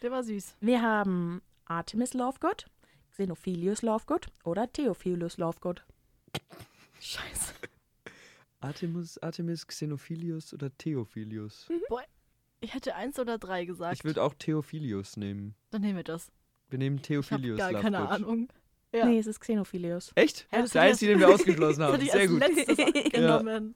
B: Der war süß.
A: Wir haben Artemis Lovegood, Xenophilius Lovegood oder Theophilus Lovegood.
B: Scheiße.
C: Artemis, Artemis, Xenophilius oder
B: Hm,
C: Theophilius?
B: Ich hätte eins oder drei gesagt.
C: Ich würde auch Theophilius nehmen.
B: dann nehmen wir das.
C: Wir nehmen
B: Ich habe
C: Theophilius.
B: gar keine
C: Lovegood.
B: Ahnung. Ja.
A: Nee, es ist Xenophilius.
C: Echt?
B: Ja, das
C: der
B: hätte ich
C: einzige,
B: als-
C: den wir ausgeschlossen
B: Das
C: haben.
B: hätte ich
C: Sehr
B: als
C: gut.
B: letztes genommen.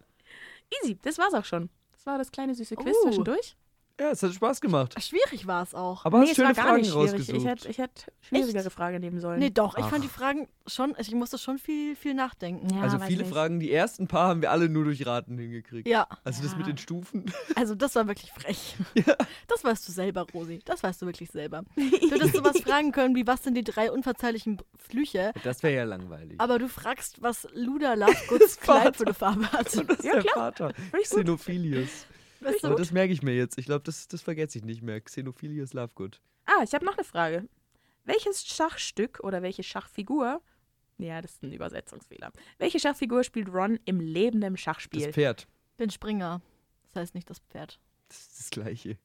A: Easy, das war's auch schon. Das war das kleine süße Quiz
C: Oh.
B: Uh.
A: zwischendurch.
C: Ja, es hat Spaß gemacht.
B: Schwierig war es auch.
C: Aber hast
A: es
C: schöne
A: war gar
C: Fragen
A: nicht schwierig.
C: rausgesucht.
A: Ich hätte, ich hätte schwierigere
B: Echt?
A: Fragen nehmen sollen.
B: Nee, doch. Ich
C: Ach.
B: fand die Fragen schon, ich musste schon viel, viel nachdenken.
A: Ja,
C: also
A: weiß
C: viele
A: nicht.
C: Fragen, die ersten paar haben wir alle nur durch Raten hingekriegt.
B: Ja,
C: Also das
A: Ja.
C: mit den Stufen.
B: also das war wirklich frech. Das weißt du selber, Rosi. Das weißt du wirklich selber. Du hättest sowas fragen können, wie was sind die drei unverzeihlichen Flüche,
C: Das wäre ja langweilig.
B: aber du fragst, was Luda Lovegoods Kleid für eine Farbe hat.
C: Und das ist
A: Ja,
C: der
A: klar.
C: Vater.
A: ich gut.
C: Xenophilius.
B: Weißt
C: Aber
B: du?
C: das merke ich mir jetzt. Ich glaube, das, das vergesse ich nicht mehr. Xenophilius Lovegood.
A: Ah, ich habe noch eine Frage. Welches Schachstück oder welche Schachfigur? Ja, das ist ein Übersetzungsfehler. Welche Schachfigur spielt Ron im lebenden
C: Das
A: Schachspiel?
C: Pferd.
B: Den Springer. Das heißt nicht das Pferd.
C: Das ist das Gleiche.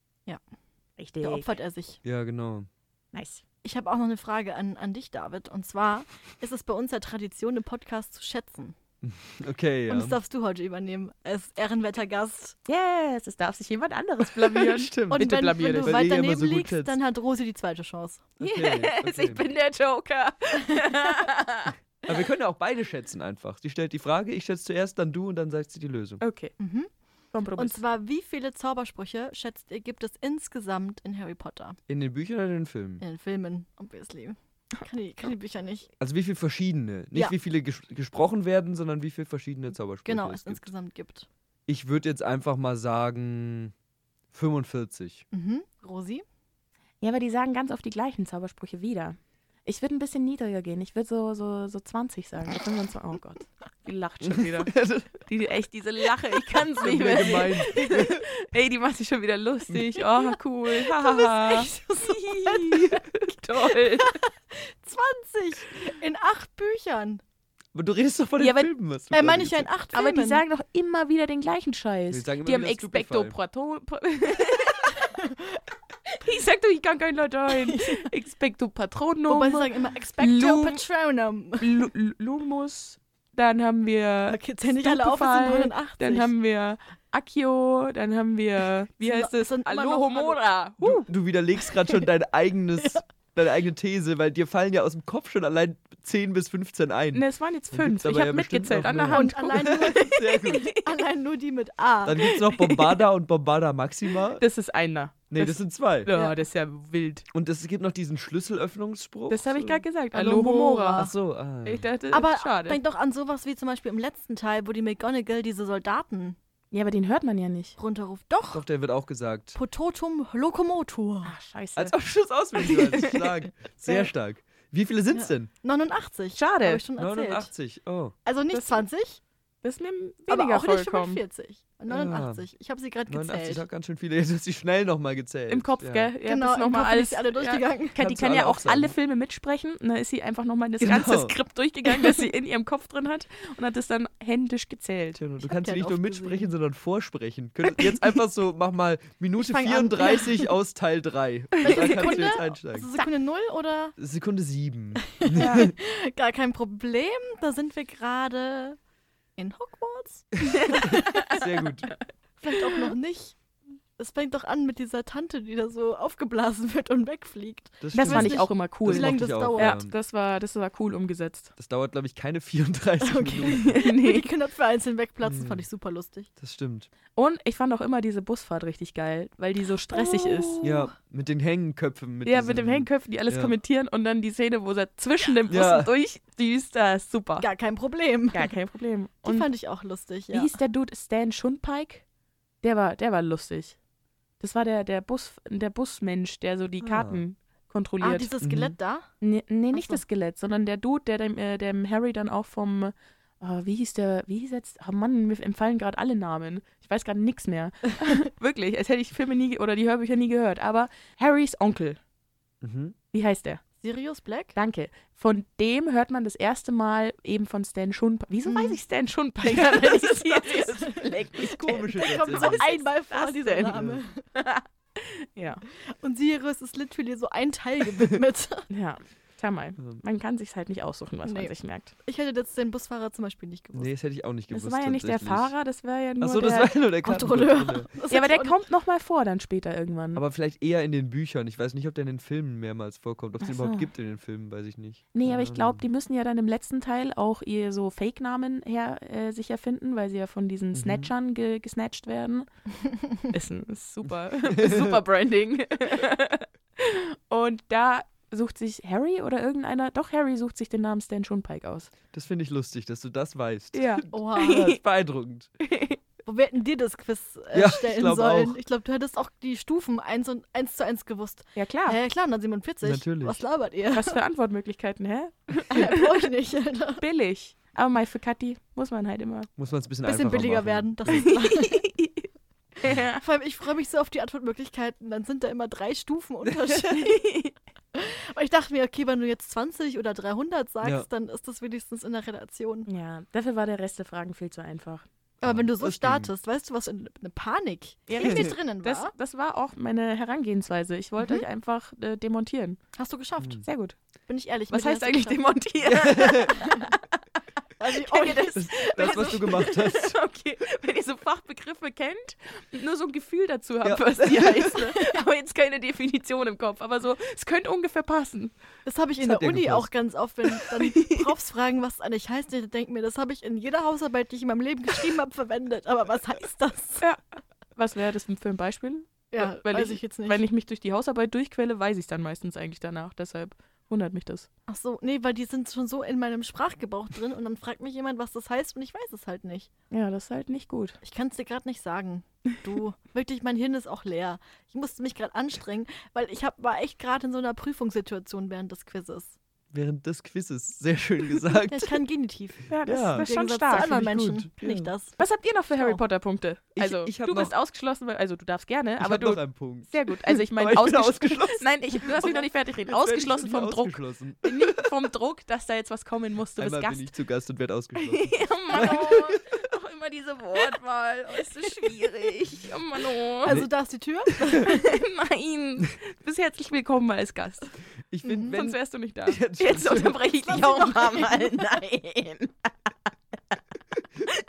A: Richtig.
B: Da opfert er sich.
C: Ja, genau.
A: Nice.
B: Ich habe auch noch eine Frage an, an dich, David. Und zwar ist es bei uns ja Tradition, im Podcast zu schätzen.
C: Okay, ja.
B: Und das darfst du heute übernehmen, als ehrenwerter Gast.
A: Yes, es darf sich jemand anderes blamieren.
C: Stimmt.
B: Und
A: Bitte
B: wenn,
A: blamier
B: wenn
A: dich.
B: du
C: Weil
B: weit
C: ihr immer
B: daneben
C: so gut
B: liegst,
C: schätzt.
B: dann also hat Rosi die zweite Chance.
C: Okay,
A: yes,
C: okay.
A: ich bin der Joker.
C: Aber wir können ja auch beide schätzen einfach. Sie stellt die Frage, ich schätze zuerst, dann du und dann sagt sie die Lösung.
A: Okay,
B: Mhm. Und
A: Kompromiss.
B: zwar, wie viele Zaubersprüche, schätzt ihr, gibt es insgesamt in Harry Potter?
C: In den Büchern oder in den Filmen?
B: In den Filmen, obviously. Kann die, kann die Bücher nicht.
C: Also wie viele verschiedene. Nicht
B: Ja.
C: wie viele ges gesprochen werden, sondern wie viele verschiedene Zaubersprüche
B: Genau,
C: es
B: es
C: gibt.
B: insgesamt gibt.
C: Ich würde jetzt einfach mal sagen 45.
B: Mhm. Rosi?
A: Ja, aber die sagen ganz oft die gleichen Zaubersprüche wieder. Ich würde ein bisschen niedriger gehen. Ich würde so, so, so 20 sagen. So 25. Oh Gott. Die lacht schon wieder. Die, echt, diese Lache. Ich kann es nicht mehr. sehen.
C: gemein.
A: Ey, die macht sich schon wieder lustig. Oh, cool. Haha. Toll.
B: 20 in acht Büchern.
C: Aber du redest doch von den
A: Ja, aber-
C: Filmen, was du
B: Äh,
C: gerade
B: meine ich ja
C: gesagt
B: in acht Filmen.
A: Aber die sagen doch immer wieder den gleichen Scheiß.
C: Die sagen immer
A: die haben
C: wieder
A: Expecto
C: Stupefy.
A: Patronum. ich sag doch, ich kann kein Latein. Expecto
B: Wobei
A: Patronum,
B: sie sagen immer Expecto
A: Lum-
B: Patronum.
A: Lu- Lu- Lumus, dann haben wir
B: Okay, zähl nicht alle auf, es sind
A: Stupefy,
B: 89.
A: Dann haben wir Accio, dann haben wir, wie heißt es?
B: sind immer noch
A: Alohomora. Huh.
C: Du, du widerlegst gerade schon dein eigenes, deine eigene These, weil dir fallen ja aus dem Kopf schon allein 10 bis 15 ein.
A: Ne, es waren jetzt
C: Dann
A: fünf.
C: gibt's
A: Ich
C: aber
A: habe
C: ja bestimmt
A: mitgezählt
C: noch
A: an der
C: mehr.
A: Hand.
B: und allein nur,
C: Sehr gut.
B: allein nur die mit A.
C: Dann gibt es noch Bombarda und Bombarda Maxima.
A: Das ist einer.
C: Nee, das,
A: das,
C: sind zwei.
A: ja, das ist ja wild.
C: Und es gibt noch diesen Schlüsselöffnungsspruch.
A: Das habe ich gerade gesagt. Alohomora.
B: Alohomora.
C: Ach so, ah.
A: Ich dachte,
B: aber
A: schade.
B: denk doch an sowas wie zum Beispiel im letzten Teil, wo die McGonagall diese Soldaten
A: Ja, aber den hört man ja nicht.
B: runterruft. Doch,
C: Doch, der wird auch gesagt.
B: Pototum Locomotor.
A: Ach, scheiße.
C: Als ob ich das auswendig weiß. Stark. Sehr stark. Wie viele sind es
B: Ja.
C: denn?
B: 89.
A: Schade.
B: Hab ich schon erzählt.
C: 89. Oh.
B: Also nicht
A: Das-
B: 20,
A: das ist mir weniger
B: aber auch nicht
A: vorgekommen.
B: 45. 89. Ich habe sie gerade
C: 89 hat
B: gezählt.
C: ganz schön viele. Jetzt hast du sie schnell nochmal gezählt.
A: Im Kopf,
C: ja.
A: gell? Ja,
B: genau,
A: bist noch
B: im
A: mal
B: Kopf
A: alles,
B: ist sie alle durchgegangen.
A: Ja, kann, die
C: Kannst du
A: kann ja
C: alle
A: auch
C: aufsagen.
A: alle Filme mitsprechen. Und dann ist sie einfach nochmal das
C: Genau.
A: ganze Skript durchgegangen, das sie in ihrem Kopf drin hat und hat es dann händisch gezählt.
C: Tja, du
B: hab
C: kannst
B: die
C: sie
B: halt
C: nicht nur
B: oft
C: mitsprechen,
B: gesehen.
C: sondern vorsprechen. Könnt- Jetzt einfach so, mach mal
B: Ich
C: Minute
B: fang an.
C: 34 aus Teil 3. Und dann kannst du jetzt
B: Also
C: einsteigen.
B: Sekunde 0 oder?
C: Sekunde 7.
B: Gar kein Problem. Da sind wir gerade in Hogwarts.
C: Sehr gut.
B: Vielleicht auch noch nicht. Es fängt doch an mit dieser Tante, die da so aufgeblasen wird und wegfliegt.
A: Das
C: stimmt.
A: fand
B: weiß
A: ich
B: nicht,
A: auch immer cool.
B: wie lange
C: mochte ich
B: das
C: auch,
B: dauert.
A: ja,
C: ähm,
A: das war, das war cool umgesetzt.
C: Das dauert, glaube ich, keine 34 Minuten.
B: Die
A: nee. Hm.
B: Knöpfe einzeln wegplatzen, fand ich super lustig.
C: Das stimmt.
A: Und ich fand auch immer diese Busfahrt richtig geil, weil die so stressig
B: Oh.
A: ist.
C: Ja, mit den Hängenköpfen. Mit
A: ja,
C: diesen,
A: mit dem Hängenköpfen, die alles
C: ja.
A: kommentieren und dann die Szene, wo sie zwischen den Bussen
C: Ja.
A: durchdüst, da ist super.
B: Gar kein Problem.
A: Oh. Gar kein Problem.
B: Die
A: Und
B: fand ich auch lustig,
A: Wie
B: ja.
A: hieß der Dude? Stan Schundpike? Der war, der war lustig. Das war der, der, Bus, der Busmensch, der so die
C: Ah.
A: Karten
B: Ah,
A: kontrolliert.
B: dieses
C: Mhm.
B: Skelett da?
A: nee, nee, nicht
B: Ach so.
A: das Skelett, sondern der Dude, der dem, äh, dem Harry dann auch vom, ah, wie hieß der, wie hieß jetzt, oh Mann, mir empfallen gerade alle Namen. Ich weiß gerade nichts mehr. Wirklich, als hätte ich Filme nie ge- oder die Hörbücher nie gehört. Aber Harrys Onkel,
C: Mhm.
A: wie heißt der?
B: Sirius Black?
A: Danke. Von dem hört man das erste Mal eben von Stan Schundpike. Wieso
B: Mhm.
A: weiß ich Stan Schundpike? Weil ich es hier sehe?
C: Leck mich komisch.
B: Der kommt so
A: Was ist
B: einmal
A: das
B: vor, dieser
A: denn?
B: Name.
A: ja,
B: Und Sirius ist literally so ein Teil gewidmet.
A: ja. Schau mal.
C: Also,
A: Man kann sich halt nicht aussuchen, was man
B: Nee.
A: sich merkt.
B: Ich hätte jetzt den Busfahrer zum Beispiel nicht gewusst.
C: Nee, das hätte ich auch nicht gewusst.
A: Das war ja nicht der
C: tatsächlich.
A: Fahrer, das war ja nur
C: Ach so,
A: der.
C: das war ja nur der Kontrolleur.
B: Kontrolleur. Das
A: ja, aber der
B: hätte ich auch
A: kommt nochmal vor dann später irgendwann.
C: Aber vielleicht eher in den Büchern. Ich weiß nicht, ob der in den Filmen mehrmals vorkommt. Ob es den
A: Ach so.
C: überhaupt gibt in den Filmen, weiß ich nicht. Ähm,
A: nee,
C: Keine
A: aber ich glaube,
C: Ahnung.
A: die müssen ja dann im letzten Teil auch ihr so Fake-Namen her äh, sich erfinden, weil sie ja von diesen
C: Mhm.
A: Snatchern ge gesnatcht werden. ist ein ist super, ist super Branding. Und da sucht sich Harry oder irgendeiner, doch Harry sucht sich den Namen Stan Schundpike aus.
C: Das finde ich lustig, dass du das weißt.
A: Ja.
B: nicht- Oha.
C: Das ist beeindruckend.
B: Wo wir hätten dir das Quiz äh,
C: Ja, ich
B: stellen
C: glaub
B: sollen.
C: auch.
B: Ich glaube, du hättest auch die Stufen 1 und 1 zu 1 gewusst.
A: Ja klar.
B: Ja, klar, und dann 47.
C: Natürlich.
B: Was labert ihr?
A: Was für Antwortmöglichkeiten, hä?
B: Brauche ich nicht. Alter.
A: billig. Aber mal für Kathi muss man halt immer.
C: Muss man es ein bisschen,
B: Bisschen
C: einfacher
B: billiger
C: machen.
B: werden, das ist klar. Vor allem, ich freue mich so auf die Antwortmöglichkeiten. Dann sind da immer drei Stufen Unterschied. Aber ich dachte mir, okay, wenn du jetzt 20 oder 300 sagst,
C: Ja.
B: dann ist das wenigstens in der Relation.
A: ja, dafür war der Rest der Fragen viel zu einfach.
B: Aber wenn du so
C: Das stimmt.
B: startest, weißt du, was in, eine Panik
A: Ja,
B: richtig
A: richtig.
B: drinnen war?
A: Das, das war auch meine Herangehensweise. Ich
B: Mhm.
A: wollte euch einfach äh, demontieren.
B: hast du geschafft.
C: Mhm.
A: Sehr gut.
B: Bin ich ehrlich.
A: Hm. Was
B: mit dir
A: heißt
B: hast du
A: eigentlich
B: geschafft.
A: demontieren?
B: Also,
A: Kennt ihr
B: oh,
A: das?
C: Das, das, was du gemacht hast.
A: okay, wenn ihr so Fachbegriffe kennt und nur so ein Gefühl dazu habt,
C: Ja.
A: was die heißen. Aber jetzt keine Definition im Kopf. Aber so, es könnte ungefähr passen.
B: Das habe ich in
C: Das
B: der
C: hat dir
B: Uni
C: gepasst.
B: auch ganz oft, wenn dann Profs fragen, was es eigentlich heißt. Ich denke mir, das habe ich in jeder Hausarbeit, die ich in meinem Leben geschrieben habe, verwendet. Aber was heißt das?
A: Was wäre das für ein Beispiel?
B: Ja,
A: Weil
B: weiß
A: ich-
B: ich, jetzt nicht.
A: Wenn ich mich durch die Hausarbeit durchquäle, weiß ich es dann meistens eigentlich danach. Deshalb wundert mich das.
B: Ach so, nee, weil die sind schon so in meinem Sprachgebrauch drin und dann fragt mich jemand, was das heißt und ich weiß es halt nicht.
A: Ja, das ist halt nicht gut.
B: Ich kann es dir gerade nicht sagen. Du, wirklich, mein Hirn ist auch leer. Ich musste mich gerade anstrengen, weil ich hab, war echt gerade in so einer Prüfungssituation während des Quizzes.
C: Während des Quizzes, sehr schön
B: Ja,
C: gesagt.
B: ich kann Genitiv.
A: Ja,
C: das- Ja. das
B: Im Gegensatz zu anderen Menschen kann ich das.
A: Was habt ihr noch für Harry
B: Oh.
A: Potter Punkte?
C: Ich-
A: Also,
C: ich hab
A: du bist
C: noch-
A: ausgeschlossen, weil, also du darfst gerne,
C: Ich
A: aber
C: hab noch
A: du
C: einen Punkt.
A: sehr gut. Also ich meine
C: Aber ich bin
A: ausgeschl-
C: ausgeschlossen.
A: Nein, ich, du hast mich noch nicht fertig reden.
C: Jetzt werd ich schon
A: Ausgeschlossen
C: wieder
A: vom Druck.
C: ausgeschlossen.
A: Nicht vom Druck, dass da jetzt was kommen muss. Du
C: Einmal
A: bist Gast.
C: bin ich zu Gast und werde ausgeschlossen.
A: oh Mann, oh, auch immer diese Wortwahl. Oh, ist so schwierig. Oh Mann, oh.
B: Also da ist die Tür.
A: nein. Bist herzlich willkommen als Gast.
C: Ich finde,
A: Mhm. Sonst
C: wenn.
A: wärst du nicht da.
C: Jetzt
A: Jetzt
C: schon.
A: unterbreche ich dich auch mal. Nein.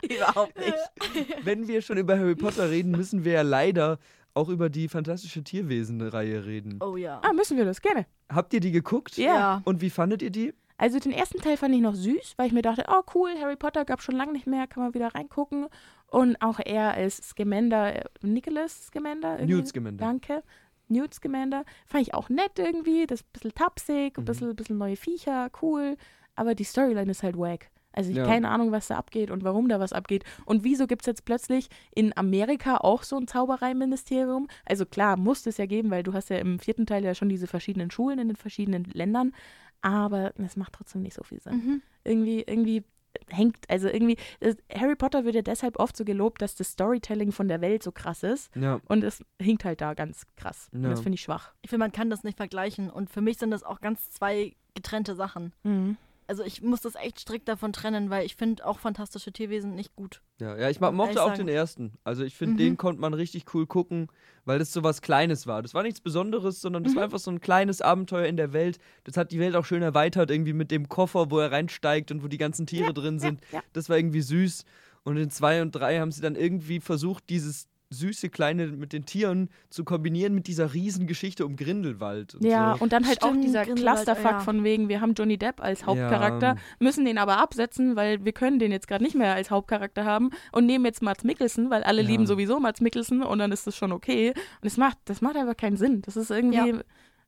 A: Überhaupt nicht.
C: Wenn wir schon über Harry Potter reden, müssen wir ja leider auch über die fantastische Tierwesen-Reihe reden.
B: Oh ja.
A: Ah, müssen wir das? Gerne.
C: Habt ihr die geguckt?
A: Ja.
C: Und wie fandet ihr die?
A: Also den ersten Teil fand ich noch süß, weil ich mir dachte, oh cool, Harry Potter gab schon lange nicht mehr, kann man wieder reingucken. Und auch er als Scamander, äh, Nicholas Scamander? irgendwie?
C: Newt Scamander.
A: Danke. Newt Scamander. Fand ich auch nett irgendwie, das ist ein bisschen tapsig, ein
C: Mhm.
A: bisschen, bisschen neue Viecher, cool. Aber die Storyline ist halt wack. Also ich
C: Ja.
A: keine Ahnung, was da abgeht und warum da was abgeht. Und wieso gibt es jetzt plötzlich in Amerika auch so ein Zaubereiministerium? Also klar, muss es ja geben, weil du hast ja im vierten Teil ja schon diese verschiedenen Schulen in den verschiedenen Ländern. Aber es macht trotzdem nicht so viel Sinn.
B: Mhm.
A: Irgendwie, irgendwie hängt, also irgendwie, es- Harry Potter wird ja deshalb oft so gelobt, dass das Storytelling von der Welt so krass ist.
C: Ja.
A: Und es hinkt halt da ganz krass. Und
C: Ja.
A: das finde ich schwach.
B: Ich finde, man kann das nicht vergleichen. Und für mich sind das auch ganz zwei getrennte Sachen.
A: Mhm.
B: Also ich muss das echt strikt davon trennen, weil ich finde auch fantastische Tierwesen nicht gut.
C: Ja, ja, ich ma- mochte
B: ich
C: auch
B: sagen.
C: den ersten. Also ich finde,
B: Mhm.
C: den konnte man richtig cool gucken, weil das so was Kleines war. Das war nichts Besonderes, sondern
A: Mhm.
C: das war einfach so ein kleines Abenteuer in der Welt. Das hat die Welt auch schön erweitert, irgendwie mit dem Koffer, wo er reinsteigt und wo die ganzen Tiere drin sind.
A: ja.
C: Das war irgendwie süß. Und in zwei und drei haben sie dann irgendwie versucht, dieses süße Kleine mit den Tieren zu kombinieren mit dieser riesen Geschichte um Grindelwald. Und
A: Ja,
C: so.
A: und dann halt auch
B: Stimmt,
A: dieser
B: Grindelwald,
A: Clusterfuck
B: ja.
A: von wegen, wir haben Johnny Depp als Hauptcharakter,
C: Ja.
A: müssen den aber absetzen, weil wir können den jetzt gerade nicht mehr als Hauptcharakter haben und nehmen jetzt Mats Mikkelsen, weil alle
C: Ja.
A: lieben sowieso Mats Mikkelsen und dann ist das schon okay. Und es macht, das macht einfach keinen Sinn. Das ist irgendwie,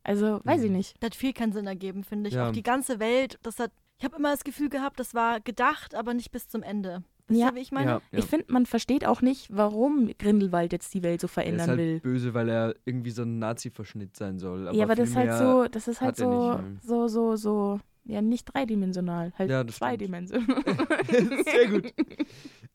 A: also weiß
C: Mhm.
A: ich nicht.
B: Das hat viel keinen Sinn ergeben, finde ich.
C: Ja.
B: Auch die ganze Welt, das hat. Ich habe immer das Gefühl gehabt, das war gedacht, aber nicht bis zum Ende. Wisst
A: Ja.
B: ihr, wie ich meine?
C: ja, ja.
A: Ich finde, man versteht auch nicht, warum Grindelwald jetzt die Welt so
C: er ist
A: verändern
C: halt
A: will.
C: böse, weil er irgendwie so ein Nazi-Verschnitt sein soll. Aber
A: ja, aber das
C: viel
A: ist halt
C: mehr-
A: so, das ist halt
C: hat er
A: so,
C: nicht, ne?
A: so, so, so, ja, nicht dreidimensional, halt
C: Ja, das stimmt.
A: zweidimensional.
C: Sehr gut.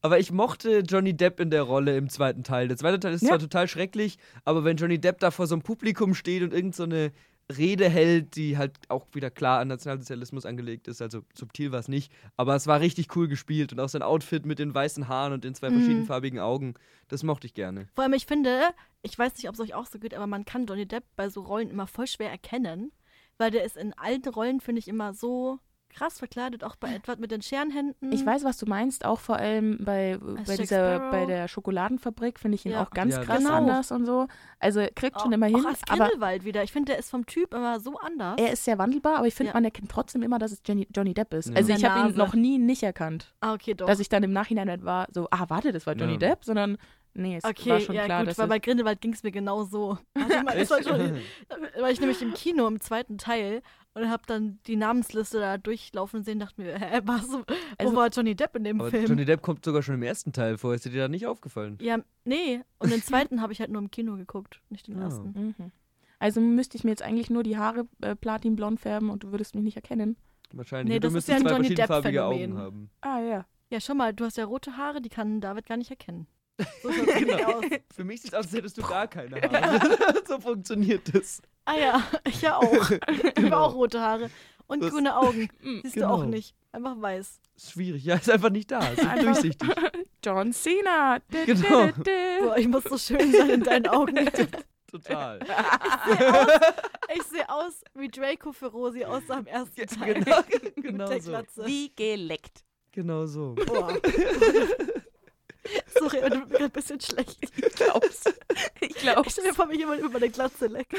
C: Aber ich mochte Johnny Depp in der Rolle im zweiten Teil. Der zweite Teil ist
A: Ja.
C: zwar total schrecklich, aber wenn Johnny Depp da vor so einem Publikum steht und irgend so eine Rede hält, die halt auch wieder klar an Nationalsozialismus angelegt ist, also subtil war es nicht, aber es war richtig cool gespielt und auch sein Outfit mit den weißen Haaren und den zwei
B: Mhm.
C: verschiedenfarbigen Augen, das mochte ich gerne.
B: Vor allem, ich finde, ich weiß nicht, ob es euch auch so geht, aber man kann Johnny Depp bei so Rollen immer voll schwer erkennen, weil der ist in alten Rollen, finde ich, immer so krass verkleidet, auch bei Edward mit den Scherenhänden.
A: Ich weiß, was du meinst, auch vor allem bei, bei
B: Jack
A: dieser
B: Sparrow.
A: bei der Schokoladenfabrik finde ich ihn
B: Ja.
A: auch ganz
C: Ja,
A: krass
C: genau.
A: anders und so. Also er kriegt schon immer hin,
B: Auch als
A: aber
B: Grindelwald wieder. Ich finde, der ist vom Typ immer so anders.
A: er ist sehr wandelbar, aber ich finde,
B: Ja.
A: man erkennt trotzdem immer, dass es Jenny, Johnny Depp ist.
C: Ja.
A: Also
B: Der
A: ich habe ihn
B: Nase.
A: noch nie nicht erkannt,
B: ah, okay, doch.
A: dass ich dann im Nachhinein halt war, so, ah, warte, das war Johnny
C: Ja.
A: Depp, sondern nee, es
B: Okay,
A: war schon
B: ja
A: klar,
B: gut,
A: dass
B: weil
A: es,
B: bei Grindelwald ging es mir genau so. Warte mal, das war schon, war ich nämlich im Kino im zweiten Teil und habe dann die Namensliste da durchlaufen sehen, dachte mir, hä, was, wo
A: Also-
B: war Johnny Depp in dem
C: Aber
B: Film?
C: Johnny Depp kommt sogar schon im ersten Teil vor, ist dir da nicht aufgefallen?
B: ja, nee. Und den zweiten habe ich halt nur im Kino geguckt, nicht den
C: Ah.
B: ersten.
A: Mhm. Also müsste ich mir jetzt eigentlich nur die Haare äh, platinblond färben und du würdest mich nicht erkennen.
C: Wahrscheinlich.
B: Nee,
C: du
B: das ist
C: müsstest
B: ja ein
C: zwei
B: Johnny
C: verschiedenfarbige
B: Depp-Phänomen.
C: Augen haben.
A: Ah ja.
B: Ja, schau mal, du hast ja rote Haare, die kann David gar nicht erkennen. So schaut's nämlich
C: Genau.
B: aus.
C: Für mich sieht es aus, als hättest du gar keine Haare. so funktioniert das.
B: Ah ja, ich ja auch. Ich habe auch rote Haare und
C: Genau. Das-
B: grüne Augen.
A: Mhm.
B: Siehst
C: Genau.
B: du auch nicht. Einfach weiß.
C: Ist schwierig. Ja, ist einfach nicht da. Ist nicht
A: Einfach-
C: durchsichtig.
A: John Cena. Dü-
C: Genau.
A: dü- dü- dü.
B: Boah, ich muss so schön sein in deinen Augen.
C: Total.
B: Ich sehe aus wie Draco Ferrosi aussah im ersten Teil.
C: genau,
B: mit
C: genau
B: der
C: so.
B: Glatze.
A: Wie geleckt.
C: Genau so.
B: Boah. Sorry, aber du bist ein bisschen schlecht.
A: Ich glaub's. Ich
B: Ich
A: glaub's.
B: stelle mir vor, mich jemand über meine Glatze leckt.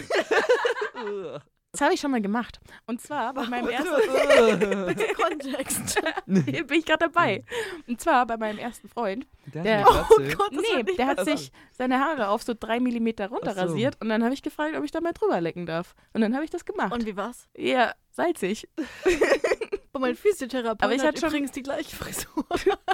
A: Das habe ich schon mal gemacht. Und zwar bei meinem ersten.
B: Kontext.
A: Hier bin ich gerade dabei. Und zwar bei meinem ersten Freund. Der-
B: Oh
C: Glatze.
B: Gott, das
A: Nee,
B: hat nicht
A: der hat
C: passen.
A: sich seine Haare auf so drei Millimeter runterrasiert und dann habe ich gefragt, ob ich da mal drüber lecken darf. Und dann habe ich das gemacht.
B: Und wie war's?
A: ja, salzig.
B: Bei meinem Physiotherapeuten
A: Aber ich
B: hat
A: hatte schon-
B: übrigens die gleiche Frisur.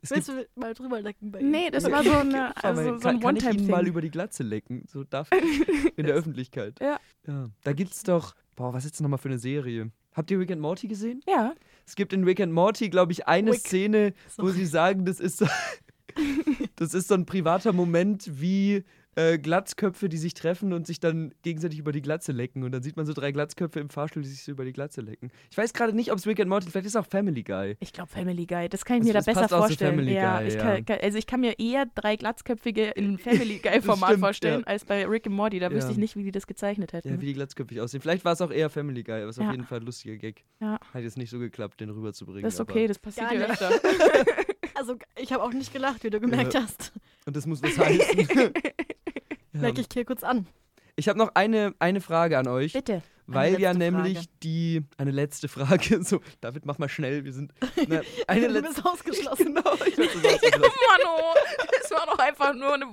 C: Es
B: Willst du mal drüber lecken bei ihm?
A: Nee, das war so, eine,
C: Fabian,
A: also so
C: kann,
A: ein
C: kann ich ihn mal
A: One-Time-Thing.
C: über die Glatze lecken? So darf ich in der Öffentlichkeit.
A: Ja.
C: ja. Da gibt's doch. Boah, was ist das nochmal für eine Serie? Habt ihr Rick and Morty gesehen?
A: Ja,
C: Es gibt in Rick and Morty, glaube ich, eine
B: Rick.
C: Szene, wo
B: Sorry.
C: sie sagen, das ist so, das ist so ein privater Moment wie äh, Glatzköpfe, die sich treffen und sich dann gegenseitig über die Glatze lecken. Und dann sieht man so drei Glatzköpfe im Fahrstuhl, die sich so über die Glatze lecken. Ich weiß gerade nicht, ob es Rick and Morty, vielleicht ist es auch Family Guy.
A: ich glaube Family Guy. Das kann ich mir
C: Das-
A: da
C: das
A: besser
C: passt auch zu
A: vorstellen.
C: Family
A: ja,
C: Guy,
A: ich
C: ja.
A: kann, kann, also ich kann mir eher drei glatzköpfige in Family Guy
C: Das
A: Format
C: stimmt,
A: vorstellen
C: ja.
A: als bei Rick and Morty. Da wüsste
C: Ja.
A: ich nicht, wie die das gezeichnet
C: Ja,
A: hätten.
C: wie die glatzköpfig aussehen. Vielleicht war es auch eher Family Guy, aber es ist auf
A: Mhm. Ja.
C: jeden Fall ein lustiger Gag.
A: Ja.
C: Hat jetzt nicht so geklappt, den rüberzubringen.
A: das ist
C: aber-
A: okay, das passiert
B: Gar
A: ja
B: nicht.
A: öfter.
B: Also, ich habe auch nicht gelacht, wie du gemerkt hast.
C: Und das muss was heißen. ja.
B: Merke ich hier kurz an.
C: Ich habe noch eine, eine Frage an euch.
A: Bitte.
C: Weil ja
B: letzte
C: nämlich
B: Frage.
C: die eine letzte Frage. So, David, mach mal schnell. Wir sind na, eine
B: du
C: letzte.
B: bist ausgeschlossen.
C: Genau, ich weiß, das war's jetzt.
A: Mano, es war doch einfach nur eine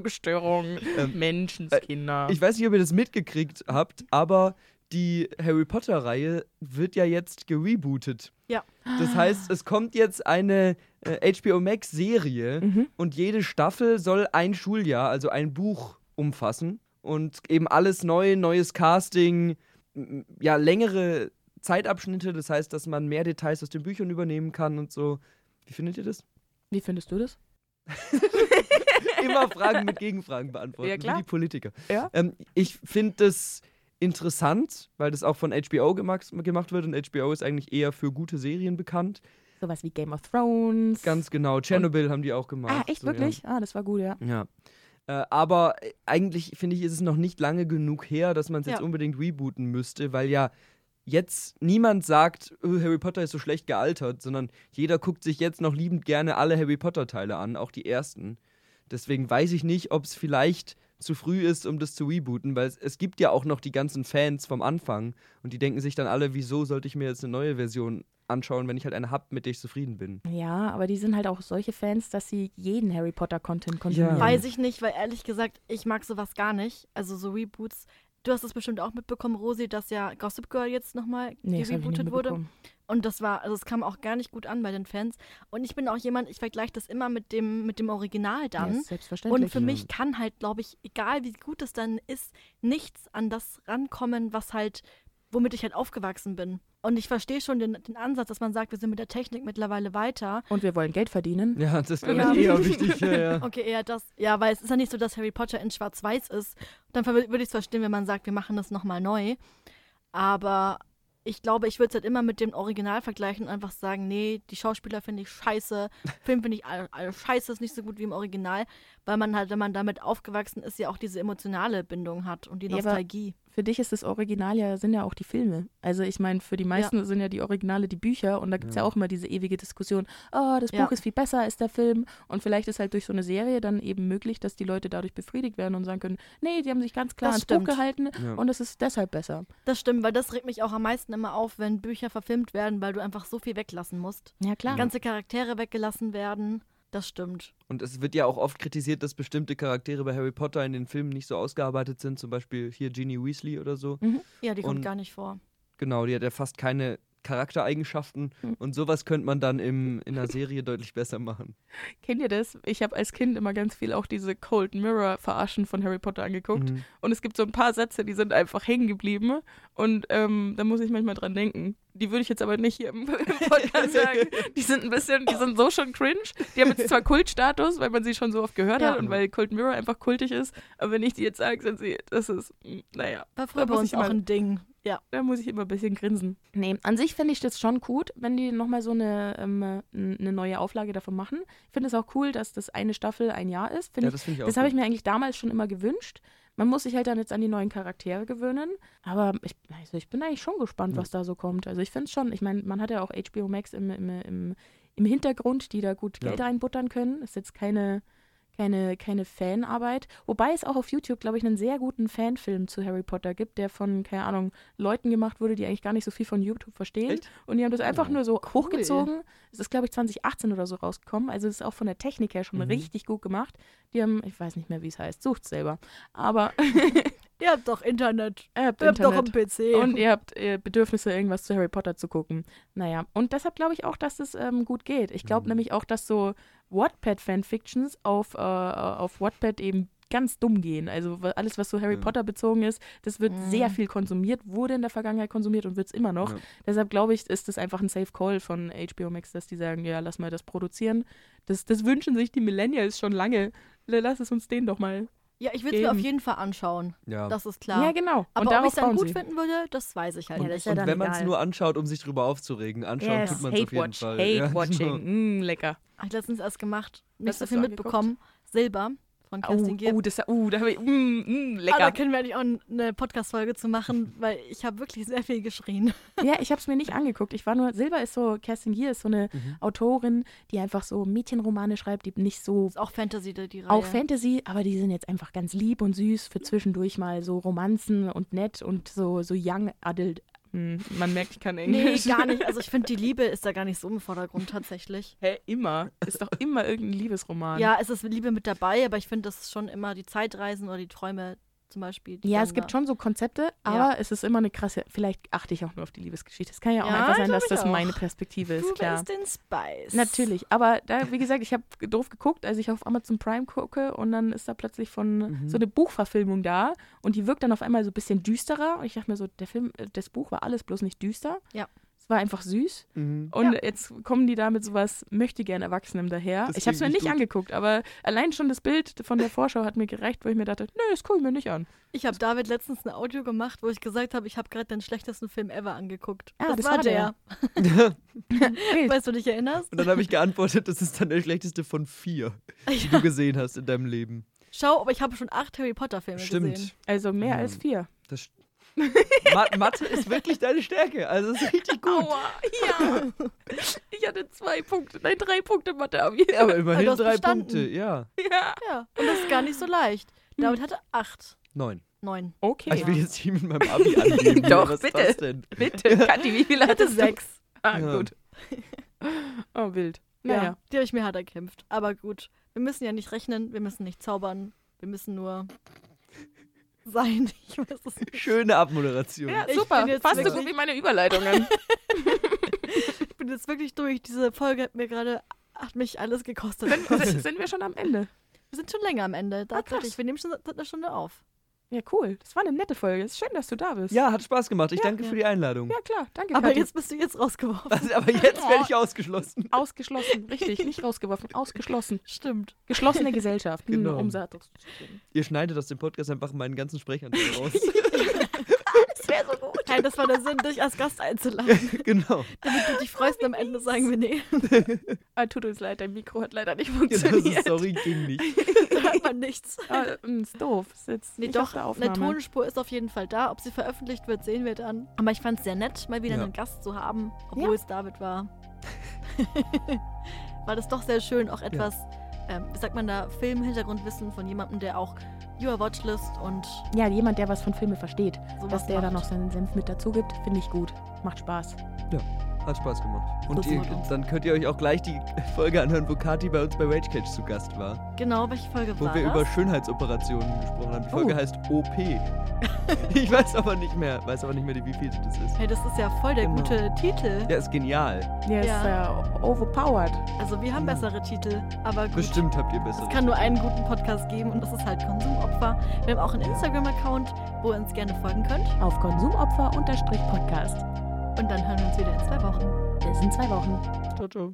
A: Wortfindungsstörung.
C: Ähm, äh,
A: Menschenskinder.
C: ich weiß nicht, ob ihr das mitgekriegt habt, aber die Harry Potter Reihe wird ja jetzt gerebootet.
B: Ja.
C: Das heißt, es kommt jetzt eine äh, HBO Max Serie
A: Mhm.
C: und jede Staffel soll ein Schuljahr, also ein Buch umfassen und eben alles neu, neues Casting, m- ja längere Zeitabschnitte, das heißt, dass man mehr Details aus den Büchern übernehmen kann und so. Wie findet ihr das?
A: Wie findest du das?
C: immer Fragen mit Gegenfragen beantworten,
A: Ja, klar.
C: wie die Politiker.
A: Ja.
C: Ähm, ich finde das interessant, weil das auch von HBO gemacht, gemacht wird und HBO ist eigentlich eher für gute Serien bekannt.
A: Sowas wie Game of Thrones.
C: Ganz genau, Tschernobyl haben die auch gemacht.
A: Ah, echt
C: so,
A: wirklich? Ah, das war gut, ja.
C: Ja. ja. Äh, aber äh, eigentlich finde ich, ist es noch nicht lange genug her, dass man es jetzt
B: Ja.
C: unbedingt rebooten müsste, weil ja jetzt niemand sagt, "Öh, Harry Potter ist so schlecht gealtert, sondern jeder guckt sich jetzt noch liebend gerne alle Harry Potter-Teile an, auch die ersten. Deswegen weiß ich nicht, ob es vielleicht zu früh ist, um das zu rebooten, weil es, es gibt ja auch noch die ganzen Fans vom Anfang und die denken sich dann alle, wieso sollte ich mir jetzt eine neue Version anschauen, wenn ich halt eine hab, mit der ich zufrieden bin.
A: Ja, aber die sind halt auch solche Fans, dass sie jeden Harry Potter Content konsumieren.
C: Ja.
B: Weiß ich nicht, weil ehrlich gesagt, ich mag sowas gar nicht. Also so Reboots. Du hast es bestimmt auch mitbekommen, Rosi, dass ja Gossip Girl jetzt nochmal
A: Nee, das hab ich nicht
B: gerebootet wurde.
A: mitbekommen.
B: Und das war, also es kam auch gar nicht gut an bei den Fans. Und ich bin auch jemand, ich vergleiche das immer mit dem, mit dem Original
A: Ja,
B: dann.
A: ist selbstverständlich.
B: Und für mich kann halt, glaube ich, egal wie gut es dann ist, nichts an das rankommen, was halt, womit ich halt aufgewachsen bin. Und ich verstehe schon den, den Ansatz, dass man sagt, wir sind mit der Technik mittlerweile weiter.
A: Und wir wollen Geld verdienen.
C: Ja, das ist
B: Ja.
C: ich eher wichtig. Ja, ja.
B: Okay, eher das. Ja, weil es ist ja nicht so, dass Harry Potter in Schwarz-Weiß ist. Dann ver- würde ich es verstehen, wenn man sagt, wir machen das nochmal neu. Aber ich glaube, ich würde es halt immer mit dem Original vergleichen und einfach sagen, nee, die Schauspieler finde ich scheiße, Film finde ich all, all scheiße, ist nicht so gut wie im Original, weil man halt, wenn man damit aufgewachsen ist, ja auch diese emotionale Bindung hat und die
A: Ja, aber-
B: Nostalgie.
A: Für dich ist das Original ja, sind ja auch die Filme. Also ich meine, für die meisten sind ja die Originale die Bücher und da gibt es ja.
C: Ja.
A: auch immer diese ewige Diskussion, oh, das
B: Ja.
A: Buch ist viel besser als der Film. Und vielleicht ist halt durch so eine Serie dann eben möglich, dass die Leute dadurch befriedigt werden und sagen können, nee, die haben sich ganz klar ans
B: Das
A: Buch
B: stimmt.
A: gehalten
C: Ja.
A: und es ist deshalb besser.
B: Das stimmt, weil das regt mich auch am meisten immer auf, wenn Bücher verfilmt werden, weil du einfach so viel weglassen musst.
A: Ja, klar.
B: Ganze Charaktere weggelassen werden. Das stimmt.
C: Und es wird ja auch oft kritisiert, dass bestimmte Charaktere bei Harry Potter in den Filmen nicht so ausgearbeitet sind, zum Beispiel hier Ginny Weasley oder so.
B: Ja, die kommt
C: Und-
B: gar nicht vor.
C: Genau, die hat ja fast keine Charaktereigenschaften
A: Hm.
C: und sowas könnte man dann im, in der Serie deutlich besser machen.
A: Kennt ihr das? Ich habe als Kind immer ganz viel auch diese Cold Mirror Verarschen von Harry Potter angeguckt.
C: Mhm.
A: Und es gibt so ein paar Sätze, die sind einfach hängen geblieben. Und ähm, da muss ich manchmal dran denken. Die würde ich jetzt aber nicht hier im, im Podcast sagen. Die sind ein bisschen, die sind so schon cringe. Die haben jetzt zwar Kultstatus, weil man sie schon so oft gehört
B: Ja.
A: hat und weil Cold Mirror einfach kultig ist. Aber wenn ich die jetzt sage, sind sie, das ist, mm, naja.
B: War früher
A: Da
B: bei
A: muss
B: uns
A: ich
B: auch
A: mal-
B: ein Ding. Ja.
A: Da muss ich immer ein bisschen grinsen. Nee, an sich fände ich das schon gut, wenn die nochmal so eine, ähm, n- eine neue Auflage davon machen. Ich finde es auch cool, dass das eine Staffel ein Jahr ist. Find
C: Ja,
A: ich,
C: das finde ich auch.
A: das habe ich
C: gut.
A: mir eigentlich damals schon immer gewünscht. Man muss sich halt dann jetzt an die neuen Charaktere gewöhnen. Aber ich, also ich bin eigentlich schon gespannt,
C: Ja.
A: was da so kommt. Also ich finde es schon, ich meine, man hat ja auch HBO Max im, im, im, im Hintergrund, die da gut
C: Ja.
A: Geld reinbuttern können. Ist jetzt keine, keine, keine Fanarbeit. Wobei es auch auf YouTube, glaube ich, einen sehr guten Fanfilm zu Harry Potter gibt, der von, keine Ahnung, Leuten gemacht wurde, die eigentlich gar nicht so viel von YouTube verstehen.
C: Echt?
A: Und die haben das einfach
C: Oh,
A: nur so hochgezogen. Es ist, glaube ich, 2018 oder so rausgekommen. Also das ist auch von der Technik her schon
C: Mhm.
A: richtig gut gemacht. Die haben, ich weiß nicht mehr, wie es heißt, sucht's selber. Aber
B: Ihr habt doch Internet.
A: ihr habt
B: Ihr habt doch
A: Internet.
B: einen PC.
A: Und ihr habt äh, Bedürfnisse, irgendwas zu Harry Potter zu gucken. Naja, und deshalb glaube ich auch, dass es ähm, gut geht. Ich glaube
C: Mhm.
A: nämlich auch, dass so Wattpad-Fanfictions auf, äh, auf Wattpad eben ganz dumm gehen. Also wa- alles, was so Harry
C: Ja.
A: Potter bezogen ist, das wird
B: Mhm.
A: sehr viel konsumiert, wurde in der Vergangenheit konsumiert und wird es immer noch.
C: Ja.
A: Deshalb glaube ich, ist das einfach ein Safe Call von HBO Max, dass die sagen, ja, lass mal das produzieren. Das, das wünschen sich die Millennials schon lange. Lass es uns denen doch mal.
B: ja, ich würde es mir auf
A: Eben.
B: jeden Fall anschauen.
C: Ja.
B: Das ist klar.
A: Ja, genau. und
B: Aber ob ich
A: darauf
B: es dann
A: bauen
B: gut
A: sie.
B: finden würde, das weiß ich halt
A: Ja, das ist
B: nicht.
A: ja dann
C: und wenn man es
A: egal.
C: nur anschaut, um sich drüber aufzufregen, anschauen
A: Yes,
C: tut man es auf jeden
A: Hate-Watch,
C: Fall. Ja,
A: Hate-Watching,
C: genau.
A: mm, lecker.
B: Habe ich letztens erst gemacht. Nicht
A: Was
B: so
A: hast
B: viel
A: du
B: mitbekommen. Silber von
A: Oh,
B: Kerstin Gibb.
A: oh, das, oh, da habe ich, mm, mm,
B: Aber da
A: lecker.
B: können wir eigentlich auch eine Podcast-Folge zu machen, weil ich habe wirklich sehr viel geschrien.
A: ja, ich habe es mir nicht angeguckt. Ich war nur, Silber ist so, Kerstin Gier ist so eine Autorin, die einfach so Mädchenromane schreibt, die nicht so,
B: Ist auch Fantasy, die die Reihe.
A: auch Fantasy, aber die sind jetzt einfach ganz lieb und süß für zwischendurch mal so Romanzen und nett und so, so young adult. Hm, man merkt, ich kann
B: Nee,
A: Englisch.
B: gar nicht. Also ich finde, die Liebe ist da gar nicht so im Vordergrund tatsächlich.
A: Hä, immer. Ist doch immer irgendein Liebesroman.
B: Ja, es ist Liebe mit dabei, aber ich finde, das ist schon immer die Zeitreisen oder die Träume zum Beispiel. Die
A: Ja,
B: dann
A: es gibt
B: da-
A: schon so Konzepte, aber es ist immer eine krasse. Vielleicht achte ich auch nur auf die Liebesgeschichte. Es kann ja auch
B: Ja,
A: einfach sein,
B: glaub
A: dass
B: ich
A: das
B: auch.
A: meine Perspektive ist,
B: Du
A: klar.
B: bist den Spice.
A: Natürlich, aber da, wie gesagt, ich habe doof geguckt, als ich auf Amazon Prime gucke und dann ist da plötzlich von
C: Mhm.
A: so eine Buchverfilmung da und die wirkt dann auf einmal so ein bisschen düsterer und ich dachte mir so, der Film, äh, das Buch war alles bloß nicht düster.
B: Ja.
A: Es war einfach süß
C: Mhm.
A: und
B: Ja.
A: jetzt kommen die da mit sowas möchte gern Erwachsenem daher.
C: Das
A: ich habe es mir nicht
C: klingt nicht gut.
A: angeguckt, aber allein schon das Bild von der Vorschau hat mir gereicht, wo ich mir dachte, nö, das gucke ich mir nicht an.
B: Ich habe David letztens ein Audio gemacht, wo ich gesagt habe, ich habe gerade den schlechtesten Film ever angeguckt.
A: Ah, das war
B: der.
A: Wild.
B: weißt du, dich erinnerst?
C: Und dann habe ich geantwortet, das ist dann der schlechteste von vier, die
B: Ja.
C: du gesehen hast in deinem Leben.
B: Schau, aber ich habe schon acht Harry Potter Filme
C: Stimmt.
B: gesehen.
A: Also mehr
C: Ja.
A: als vier.
C: Das st- Ma Mathe ist wirklich deine Stärke. Also es ist richtig gut.
A: Aua, ja. Ich hatte zwei Punkte, nein, drei Punkte Mathe-Abi.
C: Ja, aber immerhin
B: du hast
C: drei
B: bestanden.
C: Punkte. Ja,
A: Ja.
B: Ja, und das ist gar nicht so leicht. David hatte acht,
C: neun. Also
B: neun.
A: Okay.
C: Ich will jetzt hier mit meinem Abi angeben.
A: Doch,
C: aber was
A: bitte.
C: passt denn?
A: Bitte, Kathi, wie viele
B: hatte
A: hattest du?
B: sechs.
A: Ah,
C: Ja.
A: gut. Oh, wild.
B: Ja,
A: Naja.
B: die habe ich mir hart erkämpft. Aber gut, wir müssen ja nicht rechnen, wir müssen nicht zaubern, wir müssen nur sein. Ich weiß es nicht.
C: Schöne Abmoderation.
A: Ja,
B: Ich
A: super.
B: bin jetzt
A: Fast so
B: wirklich-
A: gut wie meine Überleitungen.
B: Ich bin jetzt wirklich durch. Diese Folge hat mir gerade, hat mich alles gekostet.
A: sind, sind sind wir schon am Ende.
B: wir sind schon länger am Ende. Tatsächlich,
A: Ah, krass.
B: wir nehmen schon seit einer Stunde auf.
A: Ja, cool. Das war eine nette Folge. Ist schön, dass du da bist.
C: Ja, hat Spaß gemacht. Ich danke
B: ja.
C: für die Einladung.
A: Ja, klar. Danke,
B: Aber
A: Kathi.
B: jetzt bist du jetzt rausgeworfen.
C: Also, aber jetzt werde ich ausgeschlossen.
A: Ausgeschlossen. Richtig, nicht rausgeworfen. Ausgeschlossen.
B: Stimmt.
A: Geschlossene Gesellschaft. Hm,
C: Genau.
A: Um Satos zu stimmen.
C: Ihr schneidet aus dem Podcast einfach meinen ganzen Sprechanteil raus.
A: Das wäre so gut.
B: Nein, das war der Sinn, dich als Gast einzuladen.
C: genau.
B: Damit du dich
A: Oh,
B: freust und am Ende sagen wir, nee,
A: Ah, tut uns leid, dein Mikro hat leider nicht
C: Ja, das
A: funktioniert.
C: ist, Genau, sorry, ging nicht.
B: da hört man nichts.
A: Ah, hm, ist doof. Ist jetzt
B: Nee,
A: nicht auf
B: doch,
A: der
B: eine
A: Aufnahme.
B: Tonspur ist auf jeden Fall da. Ob sie veröffentlicht wird, sehen wir dann. Aber ich fand es sehr nett, mal wieder
C: Ja.
B: einen Gast zu haben, obwohl es David war. war das doch sehr schön, auch etwas, ähm, wie sagt man da, Film-Hintergrundwissen von jemandem, der auch Your Watchlist und
A: Ja, jemand, der was von Filmen versteht.
B: sowas
A: Dass der da
B: macht.
A: noch seinen Senf mit dazu gibt, finde ich gut. Macht Spaß.
C: Hat Spaß gemacht. Und
B: Kurz
C: ihr,
B: mal raus.
C: dann könnt ihr euch auch gleich die Folge anhören, wo Kati bei uns bei Ragecatch zu Gast war.
B: Genau, welche Folge
C: Wo
B: war
C: wir
B: das?
C: über Schönheitsoperationen gesprochen haben. Die Folge
A: Oh.
C: heißt OP. ich weiß aber nicht mehr, weiß aber nicht mehr, wie viel das ist.
B: hey, das ist ja voll der
C: Genau.
B: gute Titel.
C: Ja, ist genial.
A: Der ist
B: Ja.
A: äh, overpowered.
B: Also wir haben
C: Ja.
B: bessere Titel, aber gut.
C: Bestimmt habt ihr bessere.
B: Es kann nur einen guten Podcast geben und das ist halt Konsumopfer. Wir haben auch einen Instagram-Account, wo ihr uns gerne folgen könnt.
A: Auf Konsumopfer-Podcast.
B: Und dann hören wir uns wieder in zwei Wochen.
A: Bis in zwei Wochen.
C: Ciao, ciao.